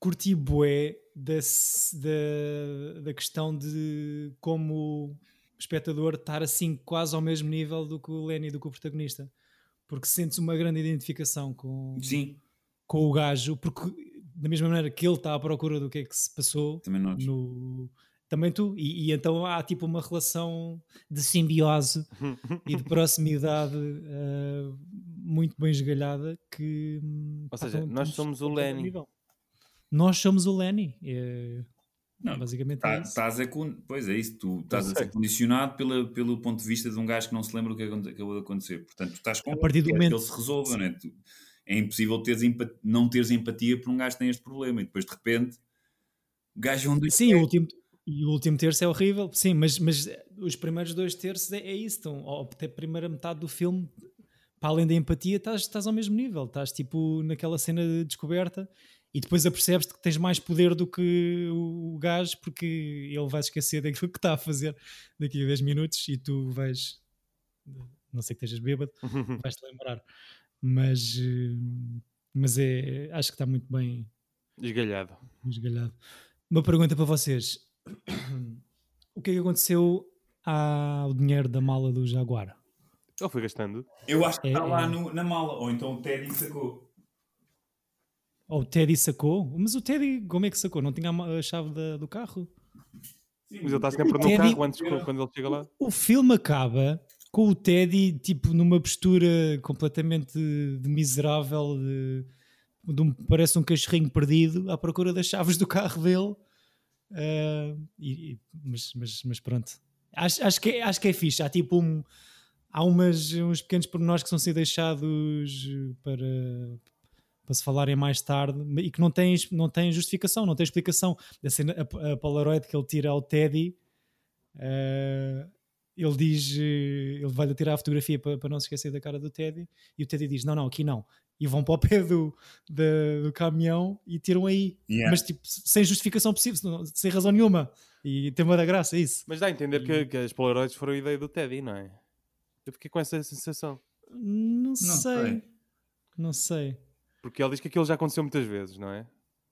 Speaker 2: curti bué da, s- da, da questão de como espectador estar assim quase ao mesmo nível do que o Lenny e do que o protagonista. Porque sentes uma grande identificação com,
Speaker 4: Sim,
Speaker 2: com o gajo, porque da mesma maneira que ele está à procura do que é que se passou
Speaker 4: também nós.
Speaker 2: no. Também tu, e, e então há tipo uma relação de simbiose e de proximidade ah, muito bem esgalhada que. hum,
Speaker 3: Ou
Speaker 2: pá,
Speaker 3: seja,
Speaker 2: estão-
Speaker 3: nós
Speaker 2: estamos
Speaker 3: somos o
Speaker 2: ao mesmo
Speaker 3: Lenny.
Speaker 2: nível. Nós somos o Lenny. É,
Speaker 4: Não,
Speaker 2: basicamente
Speaker 4: Tá-
Speaker 2: é isso.
Speaker 4: Estás a con- Pois é isso, tu estás a
Speaker 3: sei.
Speaker 4: ser condicionado pela, pelo ponto de vista de um gajo que não se lembra o que aconte- acabou de acontecer. Portanto, tu estás com
Speaker 2: A partir do
Speaker 4: queres
Speaker 2: momento-
Speaker 4: que ele se resolva, não é? Tu- é impossível teres empa- não teres empatia por um gajo que tem este problema e depois de repente o gajo é um doido.
Speaker 2: Sim, o último, e o último terço é horrível. Sim, mas, mas os primeiros dois terços é, é isso. Estão, ou até a primeira metade do filme, para além da empatia, estás, estás ao mesmo nível. Estás tipo naquela cena de descoberta e depois apercebes-te que tens mais poder do que o, o gajo porque ele vai esquecer daquilo que está a fazer daqui a 10 minutos e tu vais, não sei que estejas bêbado,
Speaker 3: Hum.
Speaker 2: vais-te lembrar. Mas, eh, mas é, acho que está muito bem
Speaker 3: Esgalhado.
Speaker 2: Esgalhado. Uma pergunta para vocês: o que é que aconteceu ao dinheiro da mala do Jaguar?
Speaker 3: Ele foi gastando.
Speaker 4: Eu acho que
Speaker 2: É,
Speaker 4: está lá
Speaker 2: é.
Speaker 4: no- na mala, ou então o Teddy sacou.
Speaker 2: Ou o Teddy sacou? Mas o Teddy, como é que sacou? Não tinha a ma- a chave da- do carro?
Speaker 4: Sim,
Speaker 3: Mas ele está sempre no
Speaker 2: Teddy-
Speaker 3: carro antes que- quando ele chega lá.
Speaker 2: O filme acaba com o Teddy, tipo, numa postura completamente de miserável, de, de um- parece um cachorrinho perdido, à procura das chaves do carro dele. Ah, e- e- mas, mas- mas pronto. Acho, acho que, é- acho que é fixe. Há tipo um- Há umas, uns pequenos pormenores que são ser deixados eh, para, para se falarem mais tarde e que não tem, não tem justificação, não tem explicação. A, cena, a, a Polaroid que ele tira ao Teddy eh, ele diz, eh, ele vai-lhe tirar a fotografia para, para não se esquecer da cara do Teddy, e o Teddy diz: Não, não, aqui não. E vão para o pé do, da- do caminhão e tiram aí,
Speaker 4: Yeah.
Speaker 2: mas tipo, sem justificação possível, senão- sem razão nenhuma. E tem uma da graça, é isso.
Speaker 3: Mas dá a entender que, que as Polaroids foram a ideia do Teddy, não é? Eu fiquei com essa sensação.
Speaker 2: Não, sei,
Speaker 4: sei.
Speaker 2: não sei.
Speaker 3: Porque ele diz que aquilo já aconteceu muitas vezes, não é?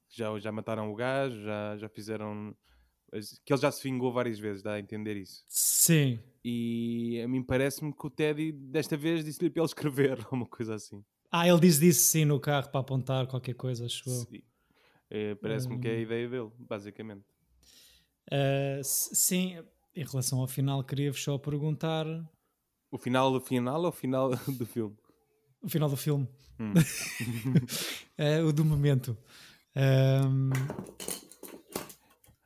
Speaker 3: Já, já mataram o gajo, já, já fizeram. Que ele já se vingou várias vezes, dá a entender isso.
Speaker 2: Sim,
Speaker 3: E a mim parece-me que o Teddy, desta vez, disse-lhe para ele escrever, ou uma coisa assim.
Speaker 2: ah, ele diz isso sim no carro para apontar qualquer coisa, acho eu.
Speaker 3: Sim. Eh, Parece-me que é a
Speaker 2: Hum.
Speaker 3: ideia dele, basicamente.
Speaker 2: Ah, s- sim, em relação ao final, queria-vos só perguntar
Speaker 3: O final do final é o final do filme.
Speaker 2: o final do filme.
Speaker 3: Hum.
Speaker 2: Eh, o do momento. Ehm, Ahm,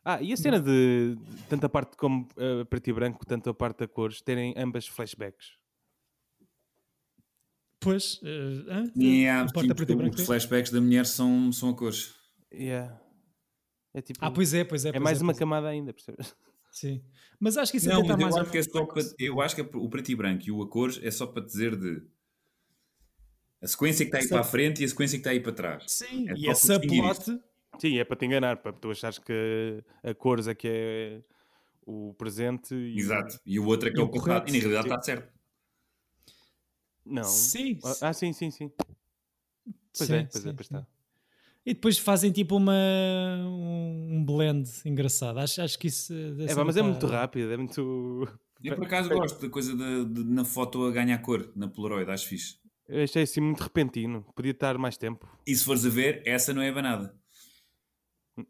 Speaker 3: Ah, e a
Speaker 2: Hum.
Speaker 3: cena de, de tanto a parte como eh, preto e branco, tanto a parte a cores, terem ambas flashbacks.
Speaker 2: pois, eh, hã?
Speaker 4: Yeah,
Speaker 2: A porta
Speaker 4: sim,
Speaker 2: preta e
Speaker 4: porque
Speaker 2: branca.
Speaker 4: Os flashbacks da mulher são, são a cores.
Speaker 3: Yeah. É tipo.
Speaker 2: Ah, pois é, pois é.
Speaker 3: é
Speaker 2: pois
Speaker 3: mais uma
Speaker 2: pois
Speaker 3: camada ainda, percebes?
Speaker 2: Sim. Mas acho que isso
Speaker 4: Não,
Speaker 2: até está
Speaker 4: mas eu
Speaker 2: mais. um
Speaker 4: acho, que é só para, eu acho que é o preto e branco e o a cores é só para dizer de a sequência que está aí
Speaker 2: Sim.
Speaker 4: para a frente e a sequência que está aí para trás.
Speaker 2: Sim,
Speaker 4: é
Speaker 2: e
Speaker 4: só
Speaker 2: essa
Speaker 4: para distinguir
Speaker 2: plot.
Speaker 3: Sim, é para te enganar, para tu achares que a cores é que é o presente e. o-
Speaker 4: Exato. E o outro é que é
Speaker 2: E
Speaker 4: o
Speaker 2: o correto,
Speaker 4: passado. E na realidade
Speaker 3: sim.
Speaker 4: está certo.
Speaker 3: Não.
Speaker 2: Sim,
Speaker 3: Ah, Ah, sim, sim, sim. Pois
Speaker 2: sim,
Speaker 3: é, pois é,
Speaker 2: sim,
Speaker 3: pois
Speaker 2: sim.
Speaker 3: está.
Speaker 2: E depois fazem tipo uma, um um blend engraçado. Acho, acho que isso. eh,
Speaker 3: É, pá, mas é muito rápido, é muito.
Speaker 4: Eu por acaso gosto da coisa de, de- na foto a ganhar cor, na Polaroid, acho fixe.
Speaker 3: Eu achei assim muito repentino. Podia estar mais tempo.
Speaker 4: E se fores a ver, essa não é banada.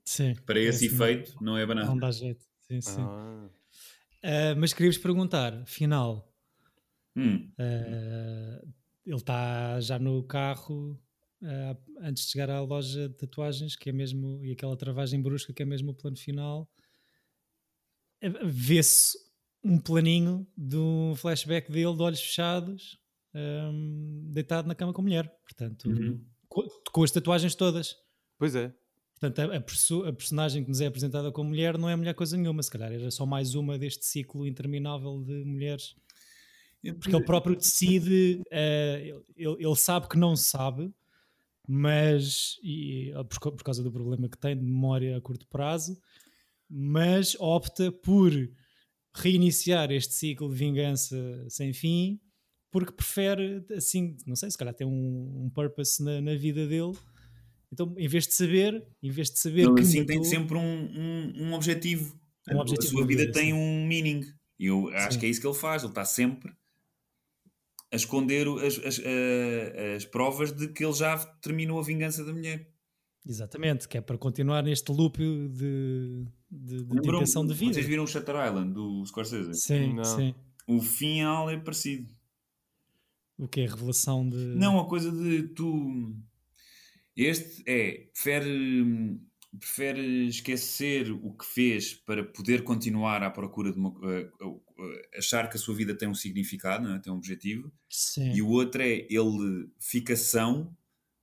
Speaker 2: Sim.
Speaker 4: Para esse
Speaker 2: Sim.
Speaker 4: efeito, não é banada.
Speaker 2: Não dá jeito. Sim, sim.
Speaker 3: Ah.
Speaker 2: Ah, mas queria-vos perguntar, final.
Speaker 4: Hum.
Speaker 2: Ah, Uh, ele está já no carro ah, antes de chegar à loja de tatuagens, que é mesmo, e aquela travagem brusca que é mesmo o plano final, eh, vê-se um planinho de um flashback dele de olhos fechados, ahm, deitado na cama com a mulher. Portanto,
Speaker 4: Uhum.
Speaker 2: co- com as tatuagens todas.
Speaker 3: Pois é.
Speaker 2: Portanto, a, a perso- a personagem que nos é apresentada como mulher não é mulher coisa nenhuma, se calhar era só mais uma deste ciclo interminável de mulheres, porque ele próprio decide, eh, ele- ele, ele sabe que não sabe, mas e, eh, por, co- por causa do problema que tem de memória a curto prazo, mas opta por reiniciar este ciclo de vingança sem fim, porque prefere, assim, não sei, se calhar tem um, um purpose na, na vida dele. Então, em vez de saber, em vez de saber
Speaker 4: Ele
Speaker 2: que
Speaker 4: assim tem
Speaker 2: matou-
Speaker 4: sempre um, um, um objetivo.
Speaker 2: Um objetivo
Speaker 4: a sua
Speaker 2: na
Speaker 4: vida
Speaker 2: vida,
Speaker 4: tem
Speaker 2: sim.
Speaker 4: um meaning. E eu acho
Speaker 2: Sim.
Speaker 4: que é isso que ele faz. Ele está sempre a esconder o- as, as, eh, as provas de que ele já terminou a vingança da mulher.
Speaker 2: Exatamente, que é para continuar neste loop de, de, de tentação de vida.
Speaker 4: um Vocês viram o Shutter Island do Scorsese?
Speaker 2: Sim,
Speaker 3: Não.
Speaker 2: sim.
Speaker 4: O final é parecido.
Speaker 2: O que é a revelação de.
Speaker 4: Não, a coisa de tu. Este é. Prefere, prefere esquecer o que fez para poder continuar à procura de uma. eh, eh, achar que a sua vida tem um significado, não é? tem um objetivo.
Speaker 2: Sim.
Speaker 4: E o outro é. Ele fica são,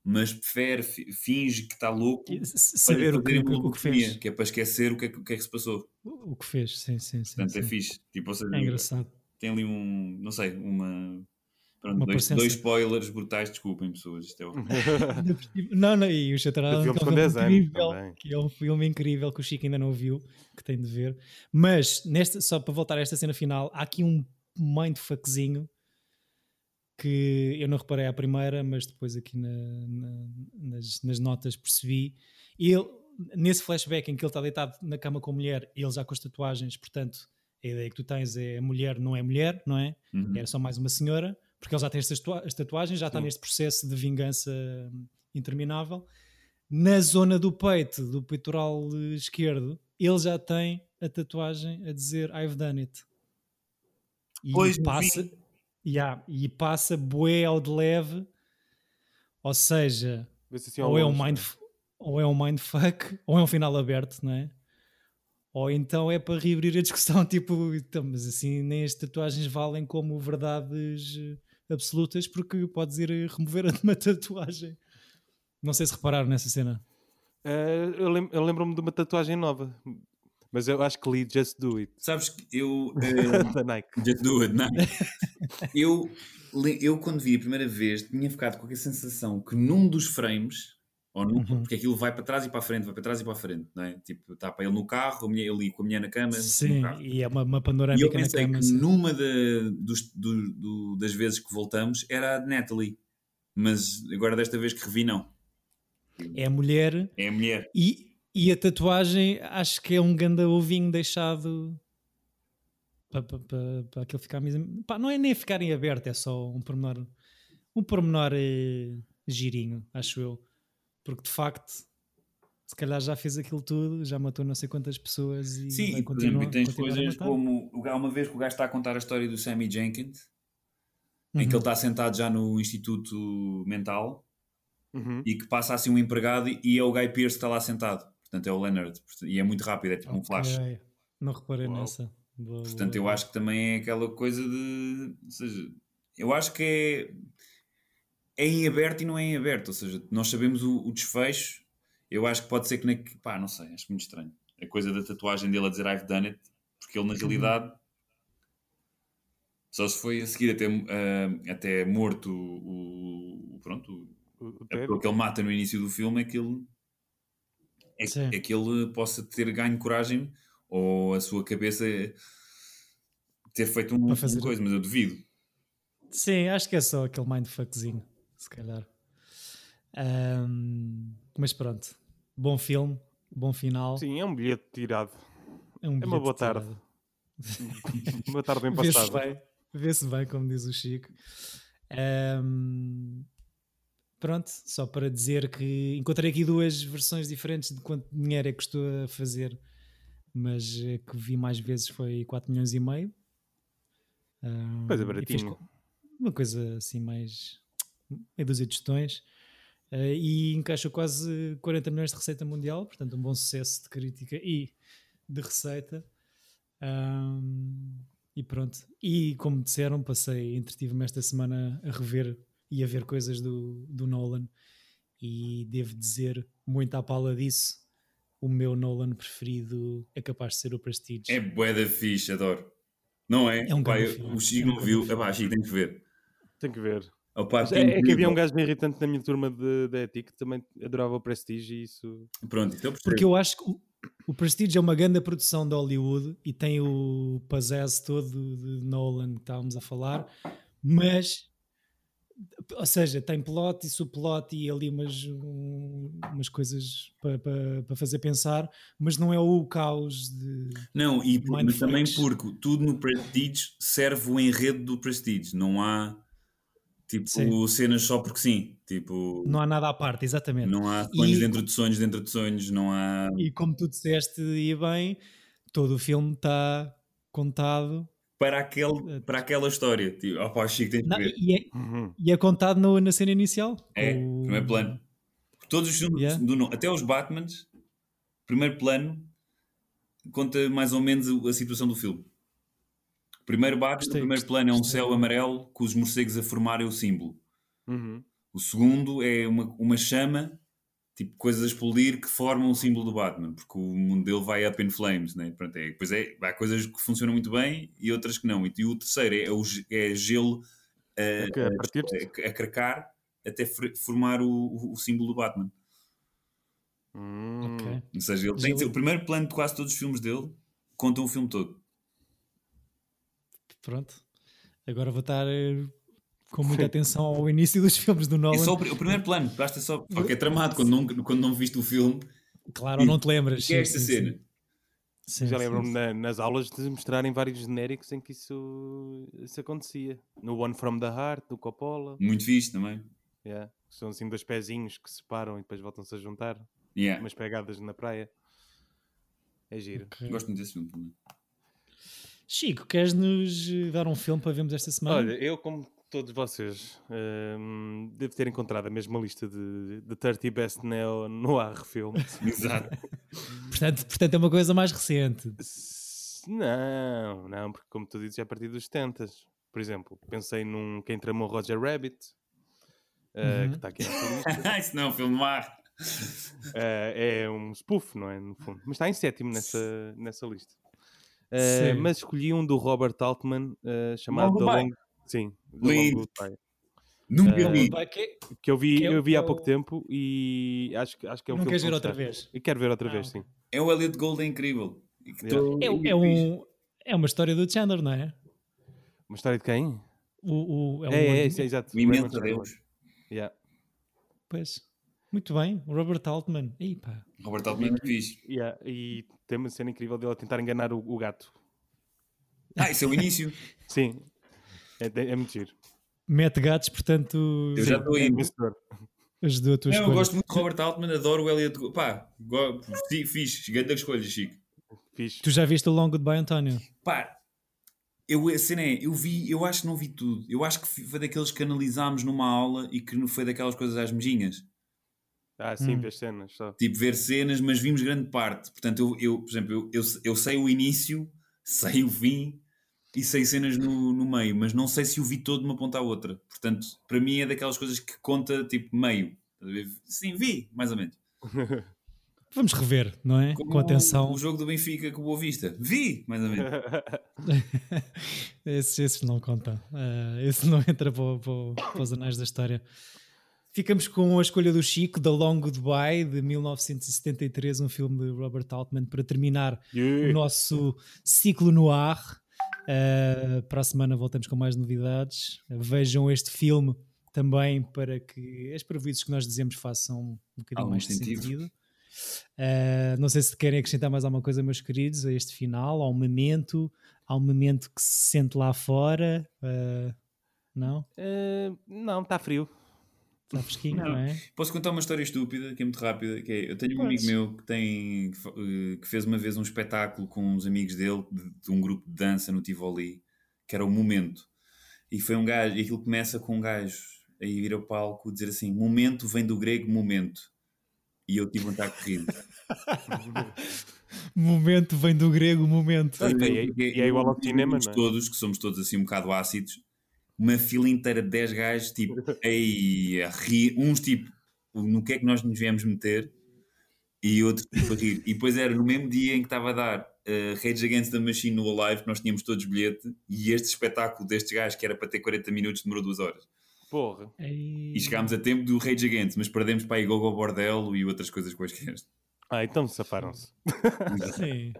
Speaker 4: mas prefere. fi- finge que está louco.
Speaker 2: E
Speaker 4: para
Speaker 2: s- Saber o que,
Speaker 4: fazer
Speaker 2: o que-
Speaker 4: uma
Speaker 2: o que
Speaker 4: lobotomia,
Speaker 2: fez.
Speaker 4: Que é para esquecer o que é que, o que, é que se passou.
Speaker 2: O que fez, sim, sim. sim,
Speaker 4: Portanto, é
Speaker 2: sim.
Speaker 4: fixe. Tipo, ou seja,
Speaker 2: É engraçado.
Speaker 4: tem ali um. Não sei, uma. Pronto,
Speaker 2: Uma
Speaker 4: dois,
Speaker 2: presença.
Speaker 4: dois spoilers brutais, desculpem pessoas, isto é horrível.
Speaker 2: Não, não, e o Shutter
Speaker 3: Eu
Speaker 2: Island, que
Speaker 3: vi
Speaker 2: é um
Speaker 3: com
Speaker 2: filme
Speaker 3: 10 anos
Speaker 2: incrível,
Speaker 3: também.
Speaker 2: que é um filme incrível que o Chico ainda não viu, que tem de ver. Mas, nesta, só para voltar a esta cena final, há aqui um mindfuckzinho que eu não reparei à primeira, mas depois aqui na- na- nas, nas notas percebi. Ele, nesse flashback em que ele está deitado na cama com a mulher, ele já com as tatuagens, portanto, a ideia que tu tens é a mulher não é mulher, não é?
Speaker 4: Uhum.
Speaker 2: era só mais uma senhora, porque ele já tem estas tatua- as tatuagens, já está
Speaker 3: Sim.
Speaker 2: neste processo de vingança hum, interminável. Na zona do peito, do peitoral eh, esquerdo, ele já tem a tatuagem a dizer I've done it. E
Speaker 4: Pois, eu
Speaker 2: passa,
Speaker 4: vi.
Speaker 2: yeah, e passa bué ao de leve, ou seja,
Speaker 3: Vê-se assim ao
Speaker 2: ou é, um
Speaker 3: longe,
Speaker 4: né?
Speaker 2: mind, ou é um mindfuck, ou é um final aberto, não é? Ou então é para reabrir a discussão, tipo, então, mas assim, nem as tatuagens valem como verdades eh, absolutas, porque podes ir eh, remover a de uma tatuagem. Não sei se repararam nessa cena.
Speaker 3: Eh, eu lem- eu lembro-me de uma tatuagem nova, mas eu acho que li Just Do It
Speaker 4: Sabes que eu. eh,
Speaker 3: da Nike.
Speaker 4: Just do it, não é? eu, le- eu, quando vi a primeira vez, tinha ficado com aquela sensação que num dos frames, ou num,
Speaker 2: Uhum.
Speaker 4: porque aquilo vai para trás e para a frente, vai para trás e para a frente, não é? Tipo, está para ele no carro, a mulher- ele com a mulher na cama. no
Speaker 2: Sim,
Speaker 4: carro.
Speaker 2: e é uma, uma
Speaker 4: E eu
Speaker 2: panorâmica na
Speaker 4: pensei
Speaker 2: cama. assim.
Speaker 4: que
Speaker 2: sim.
Speaker 4: numa da- dos- do- do- das vezes que voltamos era a de Natalie, mas agora desta vez que revi, não.
Speaker 2: É a mulher
Speaker 4: É a mulher.
Speaker 2: e, e a tatuagem acho que é um ganda ovinho deixado para, para, para, aquilo ficar mesmo. Pá, não é nem ficar em aberto, é só um pormenor, um pormenor eh, girinho, acho eu. Porque de facto, se calhar já fez aquilo tudo, já matou não sei quantas pessoas e
Speaker 4: Sim,
Speaker 2: vai
Speaker 4: e, por exemplo,
Speaker 2: continuar,
Speaker 4: e tens
Speaker 2: continuar
Speaker 4: coisas
Speaker 2: a matar.
Speaker 4: como o ga- uma vez que o gajo está a contar a história do Sammy Jenkins, em
Speaker 2: Uhum.
Speaker 4: que ele está sentado já no Instituto Mental
Speaker 3: Uhum.
Speaker 4: e que passa assim um empregado e, e é o Guy Pearce que está lá sentado. Portanto, é o Leonard. Portanto, E é muito rápido, é tipo um flash.
Speaker 2: Ok, Não reparei
Speaker 3: Uau.
Speaker 2: nessa. Boa,
Speaker 4: Portanto, eu
Speaker 2: boa.
Speaker 4: acho que também é aquela coisa de. Ou seja, eu acho que é. É em aberto e não é em aberto. Ou seja, nós sabemos o, o desfecho. Eu acho que pode ser que. Na, que- pá, não sei, acho muito estranho. A coisa da tatuagem dele a dizer I've done it, porque ele na realidade. Só se foi a seguir até, ah, até morto o, o- pronto, o-
Speaker 3: O- o
Speaker 4: a
Speaker 2: É
Speaker 3: Ted.
Speaker 4: pessoa que É ele mata no início do filme é que ele, é, que-
Speaker 2: Sim.
Speaker 4: é que ele possa ter ganho coragem ou a sua cabeça ter feito um,
Speaker 2: Para
Speaker 4: uma
Speaker 2: fazer-
Speaker 4: coisa, mas eu duvido.
Speaker 2: Sim, acho que é só aquele mindfuckzinho, se calhar. Ahm, mas pronto, bom filme, bom final.
Speaker 3: Sim, é um bilhete tirado.
Speaker 2: é, um
Speaker 3: é uma
Speaker 2: bilhete
Speaker 3: boa tarde.
Speaker 2: tirado.
Speaker 3: Uma tarde bem
Speaker 2: Vê-se
Speaker 3: passada.
Speaker 2: bem, vê-se bem, como diz o Chico. Ahm, pronto, só para dizer que encontrei aqui duas versões diferentes de quanto dinheiro é que custou a fazer, mas a que vi mais vezes foi 4 milhões e meio. Ahm,
Speaker 3: Coisa
Speaker 2: e fez
Speaker 3: é, baratinho.
Speaker 2: co- Uma coisa assim mais meia dúzia de tostões. eh, e encaixa quase 40 milhões de receita mundial, portanto, um bom sucesso de crítica e de receita. Ahm, e pronto. E como disseram, passei, entretive-me esta semana a rever e a ver coisas do, do Nolan. E devo dizer, muito à pala disso, o meu Nolan preferido é capaz de ser o Prestige.
Speaker 4: É bué da fixe, adoro. Não é?
Speaker 2: É um
Speaker 4: Pá,
Speaker 2: grande
Speaker 4: eu-
Speaker 2: filme.
Speaker 4: O Chico
Speaker 2: É um
Speaker 4: não viu.
Speaker 2: grande
Speaker 4: É pá, Chico, tem que ver.
Speaker 3: Tem que ver.
Speaker 4: Oh, pá,
Speaker 3: Mas
Speaker 4: que
Speaker 3: é, é que havia
Speaker 4: incrível.
Speaker 3: um gajo bem irritante na minha turma de- da ETIC que também adorava o Prestige e isso.
Speaker 4: Pronto, então percebo.
Speaker 2: um Porque eu acho que o, o Prestige é uma grande produção de Hollywood e tem o pazaz todo de Nolan que estávamos a falar, mas ou seja, tem plot e subplot e ali umas, um- umas coisas para fazer pensar, mas não é o caos de
Speaker 4: Não, e por- mas
Speaker 2: Mindfreaks.
Speaker 4: também porque tudo no Prestige serve o enredo do Prestige. Não há tipo
Speaker 2: Sim.
Speaker 4: cenas só porque sim. Tipo,
Speaker 2: não há nada à parte, exatamente.
Speaker 4: não há sonhos
Speaker 2: E-
Speaker 4: dentro de sonhos dentro de sonhos. Não há.
Speaker 2: E como tu disseste e bem, todo o filme está contado
Speaker 4: Para, aquele, para aquela história. Tipo, oh, pá, Chico, tem que
Speaker 2: na-
Speaker 4: ver.
Speaker 2: É, e, é,
Speaker 3: Uhum.
Speaker 2: e é contado no- na cena inicial.
Speaker 4: É,
Speaker 2: O-
Speaker 4: primeiro plano. Todos os filmes
Speaker 2: Yeah.
Speaker 4: do Nolan, até os Batmans, primeiro plano conta mais ou menos a- a situação do filme. Primeiro Batman, o
Speaker 2: Gostei,
Speaker 4: primeiro
Speaker 2: gostei,
Speaker 4: plano é um
Speaker 2: gostei.
Speaker 4: céu amarelo com os morcegos a formarem o símbolo.
Speaker 3: Uhum.
Speaker 4: O segundo é uma, uma chama, tipo coisas a explodir, que formam o símbolo do Batman, porque o mundo dele vai up in flames, né? Pronto, é, pois é, há coisas que funcionam muito bem e outras que não. E, o terceiro é, o, ge- é gelo eh, a,
Speaker 3: Ok, a partir de-
Speaker 4: a- a cracar até fre- formar o, o- o símbolo do Batman.
Speaker 3: Hum.
Speaker 2: Ok.
Speaker 4: Ou seja, ele tem que
Speaker 2: Gelo.
Speaker 4: ter- o primeiro plano de quase todos os filmes dele conta o filme todo.
Speaker 2: Pronto. Agora vou estar eh, com muita atenção ao início dos filmes do Nolan.
Speaker 4: É só o, pri- o primeiro plano, basta só. Porque é tramado quando não, quando não viste o filme.
Speaker 2: Claro, não te lembras.
Speaker 4: O que é esta cena?
Speaker 2: Sim,
Speaker 3: Já
Speaker 2: sim,
Speaker 3: lembro-me
Speaker 2: sim.
Speaker 3: na- nas aulas de mostrarem vários genéricos em que isso, isso acontecia. No One From The Heart, do Coppola.
Speaker 4: Muito fixe também.
Speaker 3: yeah. São assim dois pezinhos que se param e depois voltam-se a juntar.
Speaker 4: Yeah.
Speaker 3: Umas pegadas na praia. É giro.
Speaker 2: Ok.
Speaker 4: Gosto muito desse filme também.
Speaker 2: Chico, queres nos eh, dar um filme para vermos esta semana?
Speaker 3: Olha, eu, como todos vocês, hum, devo ter encontrado a mesma lista de, de 30 Best Neo Noir filmes.
Speaker 4: Exato.
Speaker 2: Portanto, portanto, é uma coisa mais recente.
Speaker 3: S- Não, não, porque como tu dizes, é a partir dos 70. Por exemplo, pensei num Quem Tramou Roger Rabbit, eh,
Speaker 2: Uhum.
Speaker 3: que está aqui nesta lista.
Speaker 4: Ah, isso não, é um filme mar.
Speaker 3: Eh, é um spoof, não é? No fundo. Mas está em sétimo nessa, nessa lista. Eh,
Speaker 2: Sim.
Speaker 3: mas escolhi um do Robert Altman eh, chamado
Speaker 4: Long
Speaker 3: The
Speaker 4: Goodbye.
Speaker 3: Long... Sim, The
Speaker 4: Lindo.
Speaker 3: Long Goodbye.
Speaker 4: Nunca
Speaker 3: Ah,
Speaker 4: vi.
Speaker 2: Pá, que-
Speaker 3: que eu vi,
Speaker 2: Que é o-
Speaker 3: eu vi há
Speaker 2: que é
Speaker 3: pouco
Speaker 2: o-
Speaker 3: tempo e acho, que- acho que é um
Speaker 2: não
Speaker 3: filme
Speaker 2: queres
Speaker 3: que
Speaker 2: ver
Speaker 3: vou
Speaker 2: outra
Speaker 3: gostar.
Speaker 2: vez?
Speaker 3: E quero ver outra
Speaker 2: Ah,
Speaker 3: vez,
Speaker 2: ok.
Speaker 3: sim.
Speaker 4: É o Elliot Gold é incrível. E que
Speaker 3: Yeah.
Speaker 4: tô-
Speaker 2: É, é um, é uma história do Chandler, não é?
Speaker 3: Uma história de quem?
Speaker 2: O, o- é, um
Speaker 3: É, é, é,
Speaker 2: gordinho.
Speaker 3: sim, exato.
Speaker 4: Um imenso
Speaker 3: Raymond Chandler.
Speaker 4: adeus.
Speaker 3: Yeah.
Speaker 2: Pois. Muito bem, o Robert Altman. Ih, pá.
Speaker 4: Robert Altman é muito fixe.
Speaker 3: Yeah, E tem uma cena incrível dele a tentar enganar o, o gato.
Speaker 4: Ah, isso é o início.
Speaker 3: Sim. É, é, é muito giro.
Speaker 2: Mete gatos, portanto,
Speaker 4: Eu já estou
Speaker 3: É
Speaker 4: indo.
Speaker 3: vencedor.
Speaker 2: ajudou a tua
Speaker 4: Não,
Speaker 2: escolha.
Speaker 4: eu gosto muito de Robert Altman, adoro o Elliot Gold. Pá, go... fi- fixe. Cheguei da escolha, Chico.
Speaker 3: Fixe.
Speaker 2: Tu já viste o Long Goodbye, António?
Speaker 4: Pá, eu, a cena é, eu vi, eu acho que não vi tudo. Eu acho que fi- foi daqueles que analisámos numa aula e que não foi daquelas coisas às mejinhas.
Speaker 3: Ah, sim,
Speaker 2: Hum.
Speaker 3: vês cenas só.
Speaker 4: Tipo, ver cenas, mas vimos grande parte. Portanto, eu, eu por exemplo, eu, eu, eu sei o início, sei o fim e sei cenas no, no meio, mas não sei se o vi todo de uma ponta à outra. Portanto, para mim é daquelas coisas que conta, tipo, meio. Estás a ver? Sim, vi, mais ou menos.
Speaker 2: Vamos rever, não é?
Speaker 4: Como
Speaker 2: Com atenção.
Speaker 4: O jogo do Benfica com o Boa Vista. Vi, mais ou
Speaker 3: É.
Speaker 4: menos.
Speaker 2: Esses, esses não contam. Ah, esse não entra para, o- para o- para os anais da história. Ficamos com a escolha do Chico, da Long Goodbye, de 1973, um filme de Robert Altman, para terminar o
Speaker 3: Yeah.
Speaker 2: nosso ciclo no ar. Uh, para a semana voltamos com mais novidades. Vejam este filme também para que as previsões que nós dizemos façam um bocadinho
Speaker 4: Algum
Speaker 2: mais de
Speaker 4: sentido.
Speaker 2: sentido. Uh, não sei se querem acrescentar mais alguma coisa, meus queridos, a este final, um ao momento, ao momento um que se sente lá fora. Uh, não?
Speaker 3: Eh, não, está frio.
Speaker 2: Está fresquinho, não,
Speaker 4: Não.
Speaker 2: é?
Speaker 4: Posso contar uma história estúpida, que é muito rápida, que é, eu tenho um
Speaker 2: Podes.
Speaker 4: amigo meu que tem que fa- eh, que fez uma vez um espetáculo com uns amigos dele, de, de um grupo de dança no Tivoli, que era o Momento. E foi um gajo, e aquilo começa com um gajo a ir ao palco dizer assim: momento vem do grego momento. E eu tive um ataque de rir.
Speaker 2: momento vem do grego momento.
Speaker 3: é- e é igual ao cinema, não é?
Speaker 4: Todos, que somos todos assim um bocado ácidos, uma fila inteira de 10 gajos, tipo, ei, a rir, uns tipo, no que é que nós nos viemos meter, e outros tipo a rir. E depois era no mesmo dia em que estava a dar eh, Rage Against the Machine no Alive, que nós tínhamos todos bilhete, e este espetáculo destes gajos, que era para ter 40 minutos, demorou 2 horas.
Speaker 3: Porra.
Speaker 2: Ei.
Speaker 4: E chegámos a tempo do Rage Against, mas perdemos para a Gogo Bordello e outras coisas quaisquer.
Speaker 3: Ah, então safaram-se.
Speaker 2: Sim.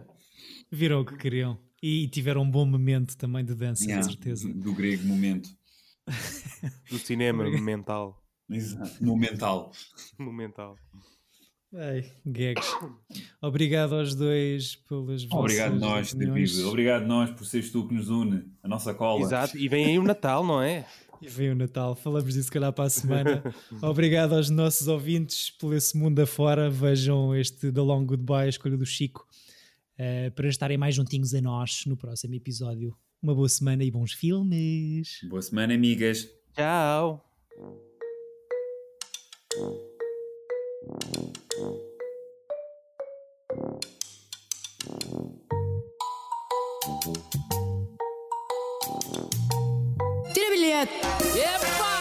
Speaker 2: Viram o que queriam. E tiveram um bom momento também de dança,
Speaker 4: Yeah, Uhum.
Speaker 2: com certeza.
Speaker 4: Do grego momento.
Speaker 3: Do cinema, mental.
Speaker 4: Exato. Momental.
Speaker 3: Momental.
Speaker 2: Ei, gags. Obrigado aos dois pelas vossas
Speaker 4: Obrigado nós,
Speaker 2: opiniões.
Speaker 4: David. Obrigado nós por seres tu que nos une, a nossa cola.
Speaker 3: Exato. E vem aí o Natal, não é?
Speaker 2: E vem o Natal, falamos disso se calhar para a semana. Obrigado aos nossos ouvintes por esse mundo afora. Vejam este The Long Goodbye, a escolha do Chico, eh, para estarem mais juntinhos a nós no próximo episódio. Uma boa semana e bons filmes.
Speaker 4: Boa semana, amigas.
Speaker 3: Tchau.
Speaker 1: Tira bilhete! Epa!